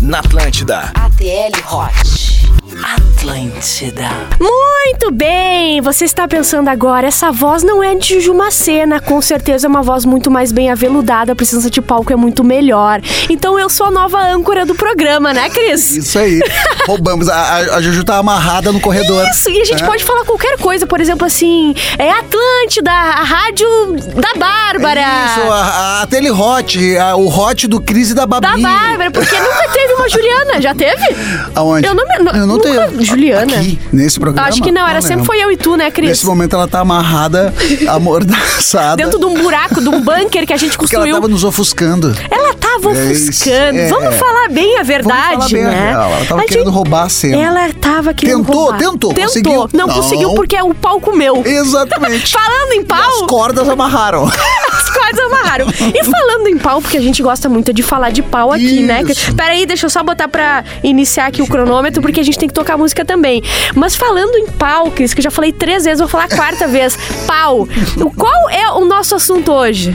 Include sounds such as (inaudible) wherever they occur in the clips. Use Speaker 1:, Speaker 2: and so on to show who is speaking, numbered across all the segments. Speaker 1: na Atlântida.
Speaker 2: ATL Hot.
Speaker 3: Atlântida.
Speaker 4: Muito bem! Você está pensando agora, essa voz não é de Juju Macena, com certeza é uma voz muito mais bem aveludada, a presença de palco é muito melhor. Então eu sou a nova âncora do programa, né, Cris?
Speaker 5: (laughs) Isso
Speaker 4: (laughs)
Speaker 5: aí. Roubamos. A, a, a Juju tá amarrada no corredor.
Speaker 4: Isso, e a gente
Speaker 5: É.
Speaker 4: pode falar qualquer coisa, por exemplo, assim, é Atlântida, a rádio da Bárbara.
Speaker 5: Isso, a, a, aquele hot, a- o hot do Cris e da
Speaker 4: Da
Speaker 5: Babi.
Speaker 4: Bárbara, porque nunca teve uma Juliana, já teve?
Speaker 5: Aonde?
Speaker 4: Eu não me- não- nunca- Juliana.
Speaker 5: Aqui, nesse programa?
Speaker 4: Acho que não, era sempre
Speaker 5: lembro.
Speaker 4: foi eu e tu, né, Cris?
Speaker 5: Nesse momento ela tá
Speaker 4: (laughs)
Speaker 5: amarrada, amordaçada.
Speaker 4: Dentro de um buraco, de um bunker que a gente
Speaker 5: Porque ela tá
Speaker 4: construiu.
Speaker 5: tava nos ofuscando.
Speaker 4: Ela tava
Speaker 5: É isso,
Speaker 4: ofuscando.
Speaker 5: é.
Speaker 4: Vamos falar bem a verdade,
Speaker 5: Vamos falar bem a
Speaker 4: né?
Speaker 5: real, ela tava
Speaker 4: A
Speaker 5: querendo roubar a cena.
Speaker 4: Ela tava querendo
Speaker 5: Tentou,
Speaker 4: roubar.
Speaker 5: tentou,
Speaker 4: tentou.
Speaker 5: conseguiu?
Speaker 4: Não,
Speaker 5: Não.
Speaker 4: conseguiu porque é o palco meu.
Speaker 5: Exatamente.
Speaker 4: Falando
Speaker 5: E
Speaker 4: em
Speaker 5: as
Speaker 4: (laughs) pau,
Speaker 5: cordas amarraram.
Speaker 4: (laughs) as cordas amarraram. E falando em pau, porque a gente gosta muito de falar de pau aqui, né?
Speaker 5: Isso.
Speaker 4: Peraí, deixa eu só botar pra iniciar aqui o cronômetro, porque a gente tem que tocar música também. Mas falando em pau, Cris, que eu já falei três vezes, vou falar a quarta vez. Pau. O- Qual é o nosso assunto hoje?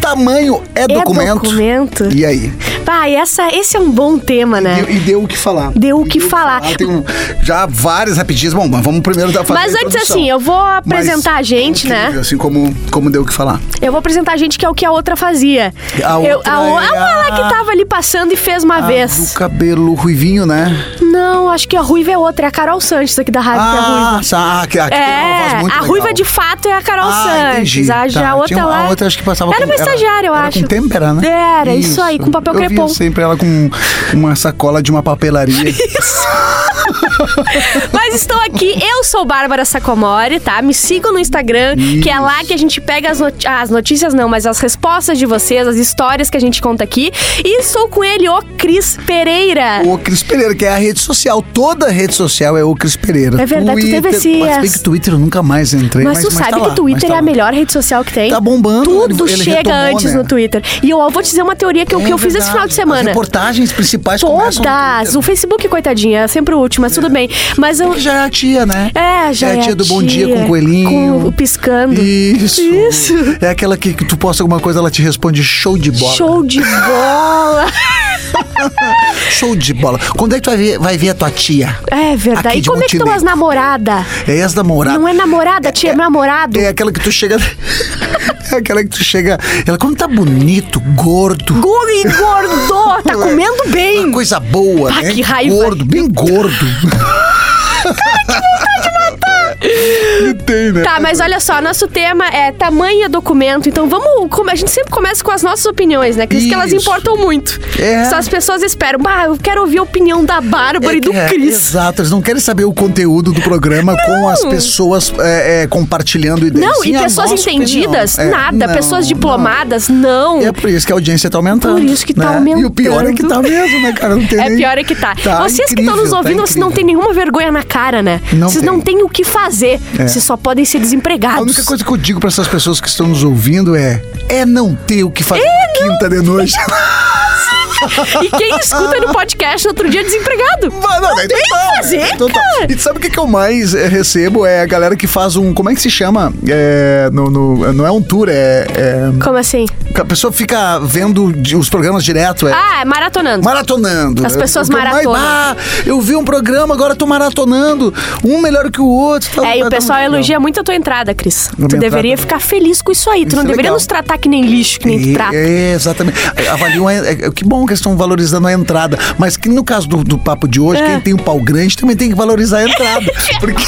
Speaker 5: Tamanho é documento.
Speaker 4: documento?
Speaker 5: E aí?
Speaker 4: Pai, essa, esse é um bom tema, né?
Speaker 5: E, e deu o que falar.
Speaker 4: Deu o
Speaker 5: E
Speaker 4: que falar.
Speaker 5: Tem um- já várias rapidinhas. Bom, mas vamos primeiro dar fazer
Speaker 4: Mas
Speaker 5: a
Speaker 4: antes,
Speaker 5: introdução.
Speaker 4: assim, eu vou
Speaker 5: Mas é
Speaker 4: apresentar a gente,
Speaker 5: incrível,
Speaker 4: né?
Speaker 5: Assim como, como deu o que falar.
Speaker 4: Eu vou apresentar a gente que é o que a outra fazia.
Speaker 5: A
Speaker 4: Eu-
Speaker 5: outra
Speaker 4: a, o-
Speaker 5: é
Speaker 4: a uma lá
Speaker 5: a-
Speaker 4: que tava ali passando e fez uma
Speaker 5: O
Speaker 4: vez.
Speaker 5: cabelo ruivinho, né?
Speaker 4: Não, acho que a Ruiva é outra. É a Carol Sanches aqui da rádio que é a Ruiva.
Speaker 5: ah, sa- que, a, que tem uma voz
Speaker 4: É,
Speaker 5: muito
Speaker 4: a
Speaker 5: legal.
Speaker 4: Ruiva de fato é a Carol
Speaker 5: Ah,
Speaker 4: Sanches.
Speaker 5: entendi.
Speaker 4: A, já
Speaker 5: Tá,
Speaker 4: a outra
Speaker 5: tinha uma-
Speaker 4: lá.
Speaker 5: a outra acho que passava
Speaker 4: Era
Speaker 5: com-
Speaker 4: uma estagiária, eu
Speaker 5: era
Speaker 4: acho.
Speaker 5: Com têmpera, né?
Speaker 4: Era, isso, aí, com papel
Speaker 5: eu via
Speaker 4: crepom.
Speaker 5: sempre ela com uma sacola de uma
Speaker 4: (laughs)
Speaker 5: papelaria.
Speaker 4: Mas estou aqui, eu sou Bárbara Sacomori, tá? Me sigam no Instagram, que é lá que a gente pega as, noti- as notícias, não, mas as respostas de vocês, as histórias que a gente conta aqui. E estou com ele, o Cris Pereira.
Speaker 5: o Cris Pereira, que é a rede social. Toda rede social é o Cris Pereira.
Speaker 4: É verdade, tu
Speaker 5: Twitter,
Speaker 4: teve esse-
Speaker 5: Mas bem que Twitter eu nunca mais entrei.
Speaker 4: Mas,
Speaker 5: Mas,
Speaker 4: tu sabe
Speaker 5: tá
Speaker 4: que
Speaker 5: lá,
Speaker 4: o Twitter
Speaker 5: mas tá
Speaker 4: é a
Speaker 5: lá.
Speaker 4: melhor rede social que tem?
Speaker 5: Tá bombando,
Speaker 4: Tudo
Speaker 5: ele- ele
Speaker 4: chega
Speaker 5: retomou,
Speaker 4: antes
Speaker 5: né?
Speaker 4: no Twitter. E eu vou te dizer uma teoria que, eu- que
Speaker 5: É
Speaker 4: eu fiz esse
Speaker 5: verdade.
Speaker 4: final de
Speaker 5: As
Speaker 4: semana.
Speaker 5: reportagens principais começam no
Speaker 4: Todas!
Speaker 5: Twitter.
Speaker 4: O Facebook, coitadinha, é sempre o último, mas tudo bem. Mas eu.
Speaker 5: Que Já é a tia, né?
Speaker 4: É, já.
Speaker 5: é a tia do Bom Dia com o Coelhinho.
Speaker 4: com o piscando.
Speaker 5: Isso.
Speaker 4: Isso.
Speaker 5: É aquela que, que tu posta alguma coisa, ela te responde show de bola.
Speaker 4: Show de bola!
Speaker 5: Show de bola. Quando é que tu vai ver, vai ver a tua tia?
Speaker 4: É verdade.
Speaker 5: Aqui
Speaker 4: e
Speaker 5: de
Speaker 4: como é que estão as
Speaker 5: Montenegro.
Speaker 4: namoradas?
Speaker 5: É ex namorada.
Speaker 4: Não é namorada, tia, é, namorado.
Speaker 5: É aquela que tu chega. (laughs) é aquela que tu chega. Ela, como tá bonito, gordo.
Speaker 4: Gordo e gordo, tá comendo
Speaker 5: Uma
Speaker 4: bem.
Speaker 5: coisa boa,
Speaker 4: Ah,
Speaker 5: né?
Speaker 4: que raiva.
Speaker 5: Gordo, bem
Speaker 4: (laughs)
Speaker 5: gordo. né?
Speaker 4: Tá, mas olha só, nosso tema é tamanho é documento, então vamos. como- A gente sempre começa com as nossas opiniões, né? Cris? Que elas
Speaker 5: Isso.
Speaker 4: importam muito.
Speaker 5: É.
Speaker 4: Só as pessoas esperam. Ah, eu quero ouvir a opinião da Bárbara e do
Speaker 5: É,
Speaker 4: Cris.
Speaker 5: Exato, eles não querem saber o conteúdo do programa com as pessoas é, é, compartilhando ideias.
Speaker 4: Não,
Speaker 5: Sim,
Speaker 4: e
Speaker 5: a
Speaker 4: pessoas
Speaker 5: nossa
Speaker 4: entendidas?
Speaker 5: opinião. É,
Speaker 4: nada.
Speaker 5: não,
Speaker 4: pessoas
Speaker 5: não.
Speaker 4: diplomadas? Não.
Speaker 5: É por isso que a audiência tá aumentando.
Speaker 4: Por isso que tá
Speaker 5: né?
Speaker 4: aumentando.
Speaker 5: E o pior é que tá mesmo, né, cara? Não tem
Speaker 4: É
Speaker 5: nem-
Speaker 4: pior é que tá. vocês que estão
Speaker 5: incrível,
Speaker 4: nos
Speaker 5: tá
Speaker 4: ouvindo, vocês não
Speaker 5: incrível.
Speaker 4: têm nenhuma vergonha na cara, né?
Speaker 5: Não
Speaker 4: vocês não têm o que fazer.
Speaker 5: É.
Speaker 4: Vocês só podem ser desempregados.
Speaker 5: A única coisa que eu digo pra essas pessoas que estão nos ouvindo é: é não ter o que fazer
Speaker 4: É
Speaker 5: na quinta de noite.
Speaker 4: E quem escuta no podcast no outro dia é desempregado.
Speaker 5: Mas (laughs) não, daí
Speaker 4: tem o que
Speaker 5: total,
Speaker 4: fazer,
Speaker 5: total.
Speaker 4: cara.
Speaker 5: tá. E sabe o que, que eu mais eh, recebo? É a galera que faz um. Como é que se chama? É, no- no- não é um tour, é, é-
Speaker 4: Como assim?
Speaker 5: que A pessoa fica vendo di- os programas direto. É,
Speaker 4: Ah, é maratonando.
Speaker 5: Maratonando.
Speaker 4: As pessoas
Speaker 5: O que eu mais-
Speaker 4: maratonam.
Speaker 5: ah, eu vi um programa, agora eu tô maratonando. Um melhor que o outro. Tá-
Speaker 4: É, e o
Speaker 5: tá-
Speaker 4: pessoal
Speaker 5: tá-
Speaker 4: elogia muito a tua entrada, Cris.
Speaker 5: minha
Speaker 4: Tu deveria
Speaker 5: entrada.
Speaker 4: ficar feliz com isso aí. Tu
Speaker 5: Isso
Speaker 4: não
Speaker 5: é
Speaker 4: deveria
Speaker 5: legal.
Speaker 4: nos tratar que nem lixo, que nem tu
Speaker 5: É,
Speaker 4: trata.
Speaker 5: É, exatamente. Avaliam. a- é, que bom que eles estão valorizando a entrada. Mas que no caso do, do papo de hoje,
Speaker 4: É.
Speaker 5: quem tem um pau grande também tem que valorizar a
Speaker 4: (laughs)
Speaker 5: entrada. porque,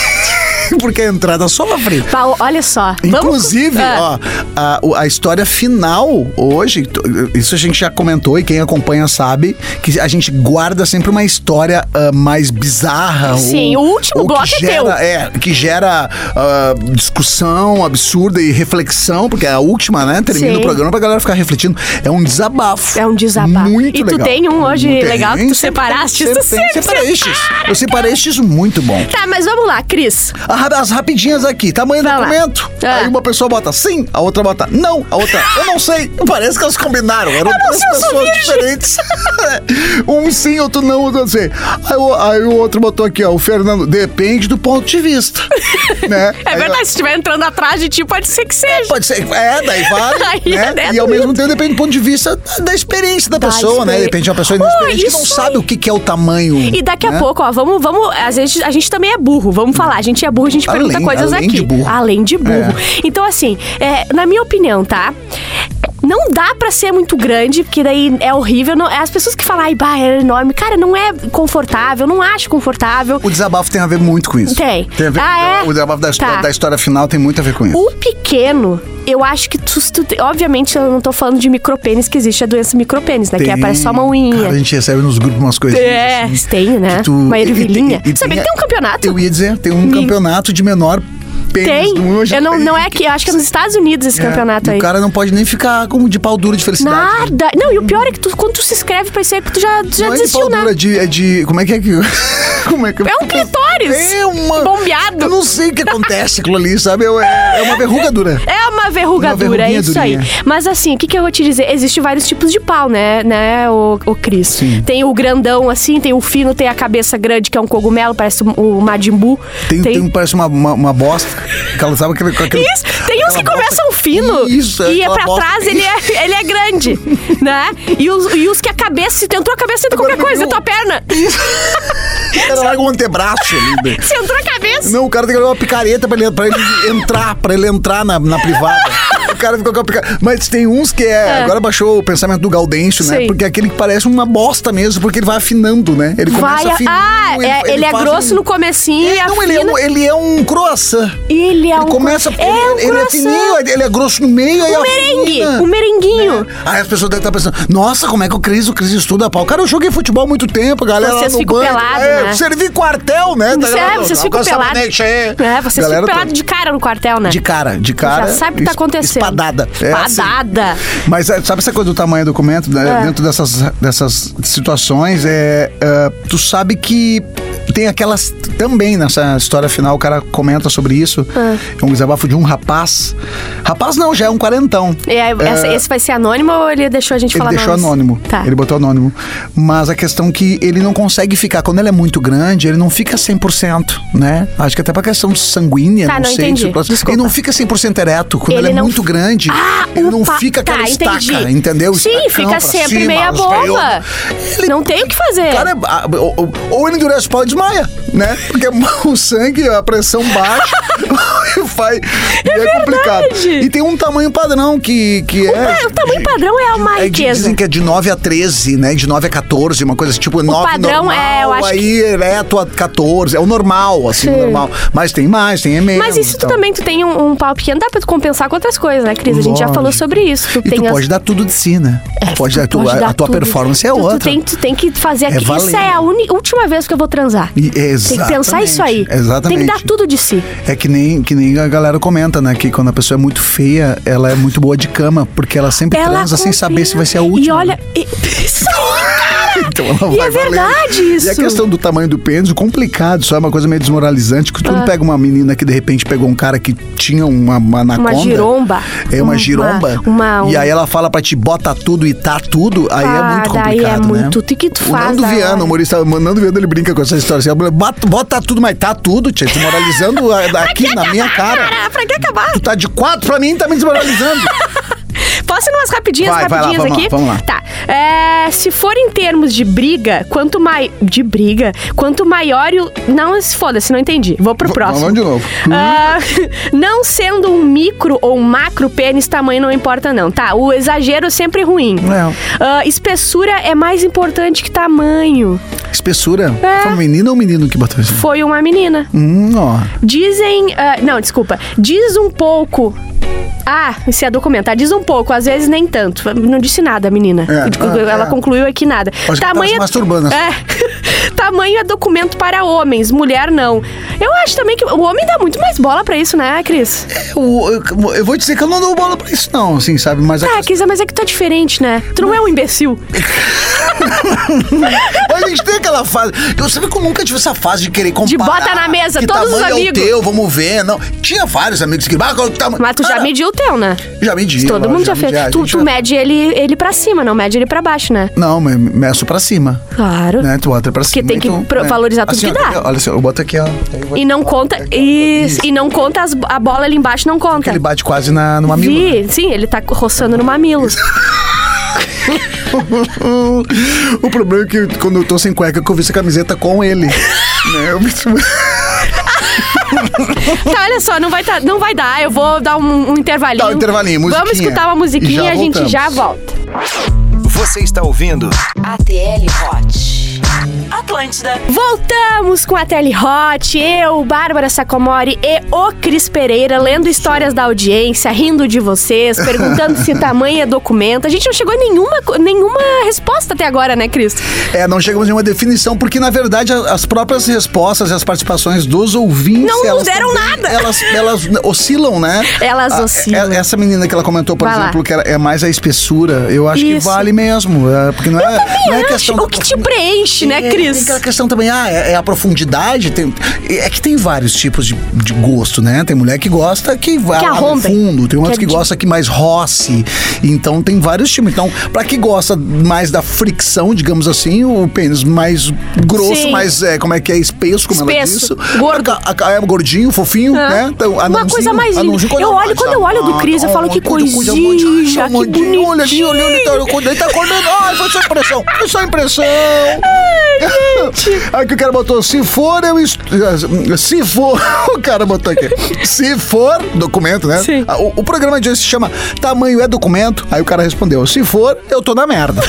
Speaker 5: (laughs) porque a entrada sofre.
Speaker 4: Pau, olha só. Vamos-
Speaker 5: Inclusive,
Speaker 4: Ah.
Speaker 5: ó, a, o- a história final hoje, t- isso a gente já comentou e quem acompanha sabe que a gente guarda sempre uma história ah, mais bizarra.
Speaker 4: Sim,
Speaker 5: ou-
Speaker 4: o último
Speaker 5: ou que
Speaker 4: bloco é
Speaker 5: gera,
Speaker 4: teu.
Speaker 5: É, que gera ah, discussão absurda e reflexão, porque a última, né, termina
Speaker 4: Sim.
Speaker 5: o programa pra galera ficar refletindo. É um desabafo.
Speaker 4: É um desabafo.
Speaker 5: Muito
Speaker 4: E tu
Speaker 5: legal.
Speaker 4: tem um hoje
Speaker 5: Tem,
Speaker 4: legal que tu
Speaker 5: sempre-
Speaker 4: separaste?
Speaker 5: Sempre,
Speaker 4: Isso sempre
Speaker 5: separei estes. Eu separei estes muito bom.
Speaker 4: Tá, mas vamos lá, Cris.
Speaker 5: Ah, ra- as rapidinhas aqui. Tamanho do
Speaker 4: Vai lá.
Speaker 5: documento.
Speaker 4: É.
Speaker 5: Aí uma pessoa bota sim, a outra bota não, a outra eu não sei. Parece que elas combinaram. Eram duas
Speaker 4: sei, eu sou
Speaker 5: pessoas
Speaker 4: virgem.
Speaker 5: diferentes. (laughs) um sim, outro não, outro não sei. Aí, o- aí o outro botou aqui, ó, o Fernando. Depende do ponto de
Speaker 4: (laughs)
Speaker 5: vista. né?
Speaker 4: É
Speaker 5: Aí, ó,
Speaker 4: verdade, se estiver entrando atrás de ti, pode ser que seja.
Speaker 5: Pode ser, é, daí vale,
Speaker 4: (laughs) Aí é
Speaker 5: né?
Speaker 4: dentro
Speaker 5: E ao mesmo
Speaker 4: mesmo.
Speaker 5: tempo depende do ponto de vista da, da experiência da,
Speaker 4: Da
Speaker 5: pessoa, né?
Speaker 4: experi-
Speaker 5: Depende de uma pessoa
Speaker 4: Oh,
Speaker 5: inexperiente que não
Speaker 4: isso
Speaker 5: sabe
Speaker 4: aí.
Speaker 5: o que, que é o tamanho.
Speaker 4: E daqui a
Speaker 5: né?
Speaker 4: pouco, ó, vamos, vamos. Às vezes a gente também é burro, vamos falar. A gente é burro, a gente
Speaker 5: Além-
Speaker 4: pergunta coisas
Speaker 5: além
Speaker 4: aqui.
Speaker 5: de burro.
Speaker 4: Além de burro.
Speaker 5: É.
Speaker 4: Então, assim, é, na minha opinião, tá? Não dá pra ser muito grande, porque daí é horrível. Não, as pessoas que falam, ai, bah, é enorme. Cara, não é confortável, não acho confortável.
Speaker 5: O desabafo tem a ver muito com isso.
Speaker 4: Tem.
Speaker 5: a ver,
Speaker 4: Ah, é?
Speaker 5: O desabafo da, história-
Speaker 4: Tá.
Speaker 5: da história final tem muito a ver com isso.
Speaker 4: O pequeno, eu acho que tu, se tu- obviamente eu não tô falando de micropênis, que existe a doença micropênis, né? Que
Speaker 5: Tem-
Speaker 4: aparece só uma
Speaker 5: Cara, a
Speaker 4: unha.
Speaker 5: gente recebe nos grupos umas coisas. assim,
Speaker 4: É, tem, né? Uma ervilhinha. Sabia que tem um campeonato?
Speaker 5: Eu ia dizer, tem um campeonato de menor pênis
Speaker 4: Tem.
Speaker 5: do mundo.
Speaker 4: Eu não, não é que. Eu acho que é nos Estados Unidos esse
Speaker 5: É,
Speaker 4: campeonato
Speaker 5: e
Speaker 4: aí.
Speaker 5: O cara não pode nem ficar como de pau duro de felicidade. né?
Speaker 4: Nada. Não, e o pior é que tu, quando tu se inscreve pra isso aí, tu já, tu já
Speaker 5: não é de
Speaker 4: desistiu,
Speaker 5: pau duro,
Speaker 4: né?
Speaker 5: é de, é de. Como é que (laughs) é que. como é que
Speaker 4: É um clitóris.
Speaker 5: É uma.
Speaker 4: Bombeado.
Speaker 5: Eu não sei o que acontece aquilo ali, sabe? Eu- É, é uma verruga dura.
Speaker 4: É uma verrugadura,
Speaker 5: Uma
Speaker 4: é
Speaker 5: verruguinha
Speaker 4: isso
Speaker 5: durinha.
Speaker 4: aí. Mas assim, o que, que eu vou te dizer? Existem vários tipos de pau, né, né o, o Cris? Tem o grandão, assim, tem o fino, tem a cabeça grande, que é um cogumelo, parece o- o Majin Buu.
Speaker 5: Tem, tem... um- parece uma, uma, uma bosta. Aquela, sabe aquele. com aquele- (laughs)
Speaker 4: Isso, tem uns
Speaker 5: aquela
Speaker 4: que
Speaker 5: bosta-
Speaker 4: começam fino
Speaker 5: Isso,
Speaker 4: e é
Speaker 5: aquela
Speaker 4: pra
Speaker 5: bosta.
Speaker 4: trás ele
Speaker 5: (laughs)
Speaker 4: é, ele é grande, né? E os, e os que a cabeça, se tu entrou a cabeça, entra qualquer coisa,
Speaker 5: viu?
Speaker 4: entra a perna.
Speaker 5: O cara larga um antebraço ali. né?
Speaker 4: Se entrou a cabeça.
Speaker 5: Não, o cara tem que levar uma picareta pra ele, pra ele entrar, pra ele entrar na, na privada. O cara ficou com a picareta. Mas tem uns que é.
Speaker 4: É.
Speaker 5: Agora baixou o pensamento do Gaudêncio, né?
Speaker 4: Sim.
Speaker 5: Porque é aquele que parece uma bosta mesmo, porque ele vai afinando, né? Ele começa
Speaker 4: Vai,
Speaker 5: a afinar.
Speaker 4: ah, é- ele, é grosso no comecinho e
Speaker 5: Não, ele um- é,
Speaker 4: afina.
Speaker 5: um, ele é um croissant.
Speaker 4: Ele
Speaker 5: Ele
Speaker 4: é um
Speaker 5: começa.
Speaker 4: cro- é um
Speaker 5: ele, ele é
Speaker 4: croissant.
Speaker 5: fininho, ele é grosso no meio. aí
Speaker 4: Um
Speaker 5: afina. Né?
Speaker 4: merengue, um merenguinho.
Speaker 5: Aí as pessoas devem estar pensando, nossa, como é que o Cris, o Cris estuda pau? Cara, eu joguei futebol há muito tempo, a galera.
Speaker 4: Vocês
Speaker 5: lá no
Speaker 4: ficam
Speaker 5: banco,
Speaker 4: pelados,
Speaker 5: é,
Speaker 4: né?
Speaker 5: Servi quartel, né?
Speaker 4: Isso é, vocês ficam pelados. É, vocês ficam pelados de cara no quartel, né?
Speaker 5: tá de cara, de cara.
Speaker 4: Já sabe o que tá
Speaker 5: es-
Speaker 4: acontecendo.
Speaker 5: Espadada. É assim.
Speaker 4: Espadada.
Speaker 5: Mas é, sabe essa coisa do tamanho do documento? né?
Speaker 4: É.
Speaker 5: Dentro dessas, dessas situações, é, ah, tu sabe que tem aquelas. Também nessa história final, o cara comenta sobre isso.
Speaker 4: Ah.
Speaker 5: É um desabafo de um rapaz. Rapaz não, já é um quarentão.
Speaker 4: E aí, essa-
Speaker 5: É,
Speaker 4: esse vai ser anônimo ou ele deixou a gente
Speaker 5: ele
Speaker 4: falar
Speaker 5: deixou
Speaker 4: nomes?
Speaker 5: anônimo.
Speaker 4: Tá.
Speaker 5: Ele botou anônimo. Mas a questão é que ele não consegue ficar. Quando ele é muito grande, ele não fica 100%, né? Acho que até pra questão sanguínea,
Speaker 4: Tá,
Speaker 5: não,
Speaker 4: não
Speaker 5: sei.
Speaker 4: entendi.
Speaker 5: se o próximo-
Speaker 4: Desculpa.
Speaker 5: Ele não fica 100% ereto. Quando ele,
Speaker 4: Ele
Speaker 5: é
Speaker 4: não
Speaker 5: muito
Speaker 4: fi-
Speaker 5: grande,
Speaker 4: Ah,
Speaker 5: ele não
Speaker 4: opa,
Speaker 5: fica aquela
Speaker 4: tá,
Speaker 5: estaca,
Speaker 4: entendi.
Speaker 5: entendeu?
Speaker 4: Sim,
Speaker 5: Estacão
Speaker 4: fica
Speaker 5: pra
Speaker 4: sempre
Speaker 5: cima,
Speaker 4: meia
Speaker 5: os
Speaker 4: bomba.
Speaker 5: veiões. Ele-
Speaker 4: Não tem o que fazer.
Speaker 5: o Cara, ah, ou, ou- ou ele endurece o pau e desmaia, né? Porque (laughs) o sangue, a pressão baixa, (laughs) e vai. e é complicado. E tem um tamanho padrão que, que é.
Speaker 4: Ah, o tamanho padrão é uma
Speaker 5: É, que
Speaker 4: riqueza.
Speaker 5: dizem que é de 9 a 13, né? De 9 a 14, uma coisa assim, tipo 9
Speaker 4: padrão
Speaker 5: normal,
Speaker 4: é, eu acho
Speaker 5: aí ereto a 14, é o normal, assim, o
Speaker 4: Sim.
Speaker 5: normal. Mas tem mais, tem menos.
Speaker 4: Mas isso tu
Speaker 5: então.
Speaker 4: também, tu tem um, um pau pequeno, dá pra tu compensar com outras coisas, né, Cris? A gente já
Speaker 5: Lógico.
Speaker 4: falou sobre isso. Tu
Speaker 5: E
Speaker 4: tem
Speaker 5: tu
Speaker 4: as- É,
Speaker 5: pode dar tudo de si, né? Tu pode dar, tu-
Speaker 4: pode
Speaker 5: a,
Speaker 4: dar
Speaker 5: a tua
Speaker 4: tudo.
Speaker 5: performance é
Speaker 4: Tu-
Speaker 5: outra.
Speaker 4: Tu tem, tu tem que fazer aqui.
Speaker 5: valendo.
Speaker 4: isso é a uni- última vez que eu vou transar.
Speaker 5: E-
Speaker 4: Tem que pensar isso aí.
Speaker 5: exatamente, Exatamente.
Speaker 4: Tem que dar tudo de si.
Speaker 5: É que nem, que nem a galera comenta, né? Que quando a pessoa é muito feia, ela é muito boa de cama, porque ela sempre transa sem
Speaker 4: combina.
Speaker 5: saber se vai ser a última. né?
Speaker 4: E olha. e- Isso aí, cara!
Speaker 5: (laughs) Então ela
Speaker 4: E
Speaker 5: vai
Speaker 4: é verdade
Speaker 5: valendo.
Speaker 4: isso.
Speaker 5: E a questão do tamanho do pênis, o complicado, só é uma coisa meio desmoralizante, que tu
Speaker 4: Ah.
Speaker 5: não pega uma menina que de repente pegou um cara que tinha uma, uma anaconda.
Speaker 4: giromba.
Speaker 5: É uma
Speaker 4: Uma-
Speaker 5: giromba.
Speaker 4: uma-
Speaker 5: E
Speaker 4: um-
Speaker 5: aí ela fala pra ti, bota tudo e tá tudo, aí é
Speaker 4: Ah,
Speaker 5: muito
Speaker 4: daí é
Speaker 5: complicado,
Speaker 4: muito.
Speaker 5: né?
Speaker 4: O que que tu
Speaker 5: o
Speaker 4: faz
Speaker 5: Nando
Speaker 4: da
Speaker 5: Viana,
Speaker 4: hora?
Speaker 5: o humorista, o Nando Viana, ele brinca com essa história assim, bota, bota tudo, mas tá tudo, tia, desmoralizando
Speaker 4: (laughs)
Speaker 5: a- aqui na minha cara.
Speaker 4: Cara, pra que acabar?
Speaker 5: Tu tá de quatro pra mim, tá me
Speaker 4: (laughs)
Speaker 5: desmoralizando.
Speaker 4: Posso ir umas rapidinhas,
Speaker 5: Vai, vai lá,
Speaker 4: rapidinhas
Speaker 5: vamos lá,
Speaker 4: aqui?
Speaker 5: vamos lá.
Speaker 4: Tá. É, se for em termos de briga, quanto mais. De briga, quanto maior o. Não, se foda-se, não entendi. Vou pro
Speaker 5: V-
Speaker 4: próximo.
Speaker 5: vamos de novo.
Speaker 4: Ah, (laughs) não sendo um micro ou um macro pênis, tamanho não importa, não. Tá, o exagero é sempre ruim.
Speaker 5: Não.
Speaker 4: Ah, espessura é mais importante que tamanho.
Speaker 5: Espessura.
Speaker 4: É.
Speaker 5: Foi um menino ou um menino que botou isso?
Speaker 4: Foi uma menina.
Speaker 5: Hum, ó.
Speaker 4: Dizem. ah, não, desculpa. Diz um pouco. Ah, isso é documentar. Diz um pouco, às vezes nem tanto. Não disse nada, menina. Tipo,
Speaker 5: É, é,
Speaker 4: Ela
Speaker 5: é.
Speaker 4: concluiu aqui nada.
Speaker 5: que ela tá se masturbando.
Speaker 4: É. (laughs) Tamanho é documento para homens, mulher não. Eu acho também que o homem dá muito mais bola pra isso, né, Cris?
Speaker 5: É. Eu, eu- eu vou dizer que eu não dou bola pra isso, não, assim, sabe? Mas a
Speaker 4: tá Ah, Cris, mas é que tu é diferente, né? Tu não é um imbecil.
Speaker 5: Mas a gente tem aquela fase. Eu sempre que eu nunca tive essa fase de querer comparar.
Speaker 4: De bota na mesa,
Speaker 5: que
Speaker 4: todos os
Speaker 5: tamanho
Speaker 4: amigos.
Speaker 5: É o teu, vamos ver. Não. Tinha vários amigos que. Ah, qual que tá...
Speaker 4: Mas tu já
Speaker 5: (laughs) Cara,
Speaker 4: mediu o teu, né?
Speaker 5: Já medi.
Speaker 4: Todo
Speaker 5: eu
Speaker 4: mundo já
Speaker 5: medi, ah,
Speaker 4: fez.
Speaker 5: a
Speaker 4: Tu,
Speaker 5: gente
Speaker 4: tu
Speaker 5: já-
Speaker 4: mede ele, ele pra cima, não mede ele pra baixo, né?
Speaker 5: Não, mas meço pra cima.
Speaker 4: Claro.
Speaker 5: Né? Tu bota pra cima.
Speaker 4: tem
Speaker 5: e
Speaker 4: que
Speaker 5: tu-
Speaker 4: pro- valorizar tudo
Speaker 5: Assim,
Speaker 4: que
Speaker 5: ó,
Speaker 4: dá. Tá.
Speaker 5: quer ver? Olha assim, eu boto aqui, ó. Aí eu
Speaker 4: E não conta. E, e não conta as- a bola ali embaixo, não conta.
Speaker 5: Ele bate quase na, no né? mamilo.
Speaker 4: Vi, sim, ele tá roçando no mamilo.
Speaker 5: Hum. O problema é que quando eu tô sem cueca, que eu visto a camiseta com ele. (laughs) né? Eu me-
Speaker 4: (laughs) tá, olha só, não vai, tá- não vai dar. Eu vou dar um, um intervalinho.
Speaker 5: Dá um intervalinho,
Speaker 4: Vamos
Speaker 5: musiquinha.
Speaker 4: escutar uma musiquinha
Speaker 5: E
Speaker 4: e
Speaker 5: já
Speaker 4: a gente
Speaker 5: voltamos.
Speaker 4: já volta.
Speaker 1: Você está ouvindo?
Speaker 2: ATL Hot.
Speaker 3: Atlântida.
Speaker 4: Voltamos com a Tele Hot, eu, Bárbara Sacomori e o Cris Pereira, lendo histórias da audiência, rindo de vocês, perguntando se tamanho é documento. A gente não chegou a nenhuma, co- nenhuma resposta até agora, né, Cris?
Speaker 5: É, não chegamos em uma definição, porque na verdade a- as próprias respostas e as participações dos ouvintes.
Speaker 4: Não
Speaker 5: elas
Speaker 4: deram
Speaker 5: também-
Speaker 4: nada.
Speaker 5: Elas, elas oscilam, né?
Speaker 4: Elas assim.
Speaker 5: Ah,
Speaker 4: oscilam.
Speaker 5: é- Essa menina que ela comentou, por
Speaker 4: Vai lá.
Speaker 5: exemplo, que ela é mais a espessura, eu acho que
Speaker 4: Isso.
Speaker 5: vale mesmo. é, porque não é, não é
Speaker 4: Eu
Speaker 5: questão.
Speaker 4: acho- o que te preenche, né,
Speaker 5: É, Tem
Speaker 4: Cris?
Speaker 5: aquela questão também, ah, é, é a profundidade. tem- é que tem vários tipos de, de gosto, né? Tem mulher que gosta que vai
Speaker 4: Que
Speaker 5: lá no
Speaker 4: arrombe.
Speaker 5: fundo, tem outras que,
Speaker 4: Que é de-
Speaker 5: gosta que mais roce. Então tem vários tipos. Então, pra quem gosta mais da fricção, digamos assim, o pênis mais grosso,
Speaker 4: Sim.
Speaker 5: mais, é, como é que é, espesso, como
Speaker 4: Espesso,
Speaker 5: ela disse.
Speaker 4: gordo.
Speaker 5: A- a- é, gordinho, fofinho,
Speaker 4: Ah.
Speaker 5: né? Então,
Speaker 4: Uma
Speaker 5: anãozinho,
Speaker 4: coisa mais linda.
Speaker 5: anãozinho, é
Speaker 4: Eu
Speaker 5: ela
Speaker 4: olho,
Speaker 5: bate
Speaker 4: quando
Speaker 5: na
Speaker 4: eu olho do
Speaker 5: mão,
Speaker 4: Cris, eu
Speaker 5: ó,
Speaker 4: falo que
Speaker 5: cuida, cuida,
Speaker 4: coisinha,
Speaker 5: amandinho,
Speaker 4: que
Speaker 5: amandinho, Olha ali, olha ali, tá,
Speaker 4: bonitinho.
Speaker 5: acordando, ele tá acordando. Ai, foi só impressão, foi só impressão. Aqui o cara botou, se for, eu. est- Se for. (laughs) O cara botou aqui. Se for, documento, né?
Speaker 4: Sim.
Speaker 5: Ah, O, o programa de hoje se chama Tamanho é Documento. Aí o cara respondeu, se for, eu tô na
Speaker 4: (laughs)
Speaker 5: merda.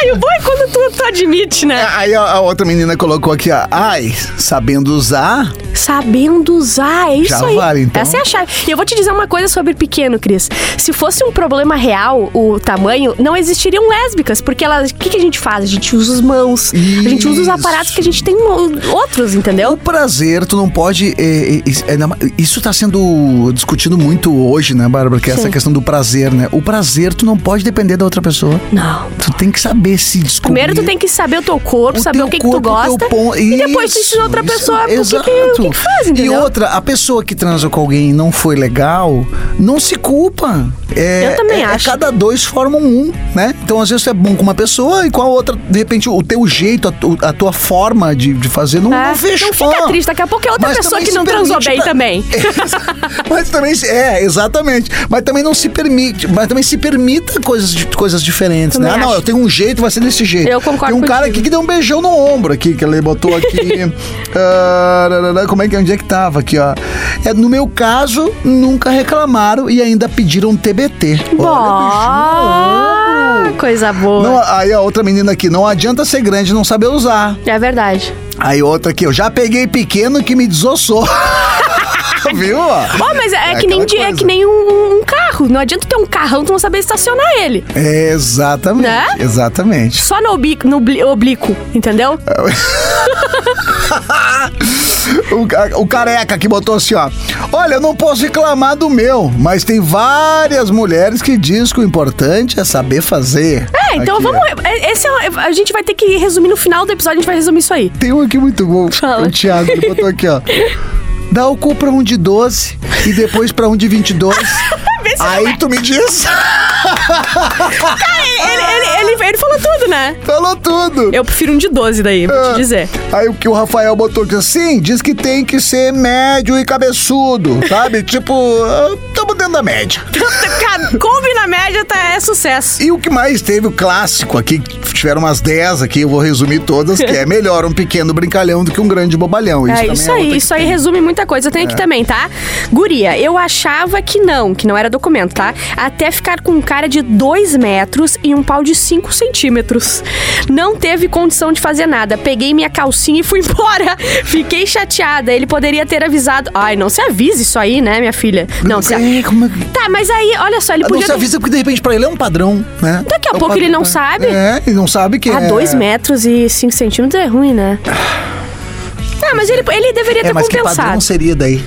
Speaker 4: Ai, o bom é quando tu, tu admite, né?
Speaker 5: Aí a, a outra menina colocou aqui, ó, ai, sabendo usar.
Speaker 4: Sabendo usar, é isso
Speaker 5: Já
Speaker 4: aí.
Speaker 5: vale, então.
Speaker 4: Essa é a chave. E eu vou te dizer uma coisa sobre pequeno, Cris. Se fosse um problema real, o tamanho, não existiriam lésbicas, porque elas. O que, que a gente faz? A gente usa as mãos, a gente usa os
Speaker 5: Isso.
Speaker 4: aparatos que a gente tem no- outros, entendeu?
Speaker 5: O é um prazer, tu não pode. é, é, é, é, na- isso tá sendo discutido muito hoje, né, Bárbara? Que é essa
Speaker 4: Sim.
Speaker 5: questão do prazer, né? O prazer, tu não pode depender da outra pessoa.
Speaker 4: Não.
Speaker 5: Tu tem que saber se descobrir.
Speaker 4: Primeiro tu tem que saber o teu corpo,
Speaker 5: o
Speaker 4: saber
Speaker 5: teu
Speaker 4: o que, que tu
Speaker 5: corpo, o teu
Speaker 4: gosta.
Speaker 5: pon-
Speaker 4: E depois tu
Speaker 5: Isso,
Speaker 4: ensina outra
Speaker 5: isso,
Speaker 4: pessoa o que, que, o
Speaker 5: exato.
Speaker 4: que que faz,
Speaker 5: E
Speaker 4: entendeu?
Speaker 5: outra, a pessoa que transou com alguém e não foi legal, não se culpa. É,
Speaker 4: Eu também
Speaker 5: é- é
Speaker 4: acho.
Speaker 5: cada dois formam um, né? Então, às vezes, tu é bom com uma pessoa e com a outra, de repente, o teu jeito, a, tu- a tua forma de, de fazer não,
Speaker 4: É.
Speaker 5: não fechou.
Speaker 4: Não fica triste, daqui a pouco é outra
Speaker 5: Mas
Speaker 4: pessoa
Speaker 5: também
Speaker 4: que
Speaker 5: se
Speaker 4: não transou
Speaker 5: permite
Speaker 4: bem
Speaker 5: pra-
Speaker 4: também.
Speaker 5: mas também, se- (laughs) é, exatamente. Mas também não se permite, mas também se permita coisas, di- coisas diferentes,
Speaker 4: Também
Speaker 5: né? Ah, não,
Speaker 4: acho.
Speaker 5: eu tenho um jeito, vai ser desse jeito.
Speaker 4: Eu concordo
Speaker 5: Tem um cara
Speaker 4: contigo.
Speaker 5: aqui que deu um beijão no ombro aqui, que ele botou aqui. ah, rarará, como é que, onde é que tava aqui, ó? É, no meu caso, nunca reclamaram e ainda pediram TBT. Olha,
Speaker 4: Ó,
Speaker 5: beijinho no um ombro.
Speaker 4: coisa boa.
Speaker 5: Não, aí a outra menina aqui, não adianta ser grande e não saber usar.
Speaker 4: É verdade.
Speaker 5: Aí outra aqui, eu já peguei pequeno que me desossou. (laughs) Viu?
Speaker 4: Ó, mas é,
Speaker 5: É
Speaker 4: que nem,
Speaker 5: aquela
Speaker 4: de- é
Speaker 5: coisa.
Speaker 4: que nem um, um carro. Não adianta ter um carrão tu não saber estacionar ele.
Speaker 5: Exatamente.
Speaker 4: Né?
Speaker 5: Exatamente.
Speaker 4: Só no, obi, no bli- oblíquo, entendeu?
Speaker 5: O, ca- o careca que botou assim, ó. Olha, eu não posso reclamar do meu, mas tem várias mulheres que diz que o importante é saber fazer.
Speaker 4: É, então
Speaker 5: Aqui,
Speaker 4: vamos.
Speaker 5: ó.
Speaker 4: é- Esse é, o- a gente vai ter que resumir no final do episódio, a gente vai resumir isso aí.
Speaker 5: Tem um aqui muito bom.
Speaker 4: Fala.
Speaker 5: O Thiago, ele botou aqui, ó. Dá o cu pra um de 12 e depois pra um de 22.
Speaker 4: Tá
Speaker 5: Aí tu me diz, (laughs)
Speaker 4: Ele, ele, ele, ele falou tudo, né?
Speaker 5: falou tudo.
Speaker 4: Eu prefiro um de 12 daí,
Speaker 5: Ah.
Speaker 4: vou te dizer.
Speaker 5: Aí o que o Rafael botou aqui assim, diz que tem que ser médio e cabeçudo, sabe? (laughs) tipo, ah, tamo dentro da média.
Speaker 4: Cara, Coube na média tá, é sucesso.
Speaker 5: E o que mais teve, o clássico aqui, tiveram umas 10 aqui, eu vou resumir todas, que
Speaker 4: (laughs)
Speaker 5: é melhor um pequeno brincalhão do que um grande bobalhão.
Speaker 4: É
Speaker 5: também
Speaker 4: isso
Speaker 5: outra
Speaker 4: aí,
Speaker 5: que
Speaker 4: isso aí
Speaker 5: tem. É.
Speaker 4: resume muita coisa. Eu tenho aqui também, tá? Guria, eu achava que não, que não era documento, tá? Até ficar com um cara de 2 metros e um pau de 5 centímetros. Não teve condição de fazer nada. Peguei minha calcinha e fui (laughs) embora. Fiquei chateada. Ele poderia ter avisado. Ai, não se avise isso aí, né, minha filha? Não, se avise.
Speaker 5: é, como é que...
Speaker 4: Tá, mas aí, olha só, ele
Speaker 5: Não
Speaker 4: podia.
Speaker 5: se
Speaker 4: ter-
Speaker 5: avisa porque de repente pra ele é um padrão, né?
Speaker 4: Daqui a
Speaker 5: É um
Speaker 4: pouco ele não
Speaker 5: padrão.
Speaker 4: sabe.
Speaker 5: É, ele não sabe que
Speaker 4: Ah,
Speaker 5: é...
Speaker 4: 2 metros e 5 centímetros é ruim, né? Ah, mas ele, ele deveria
Speaker 5: É,
Speaker 4: ter
Speaker 5: mas que
Speaker 4: compensado.
Speaker 5: padrão seria daí?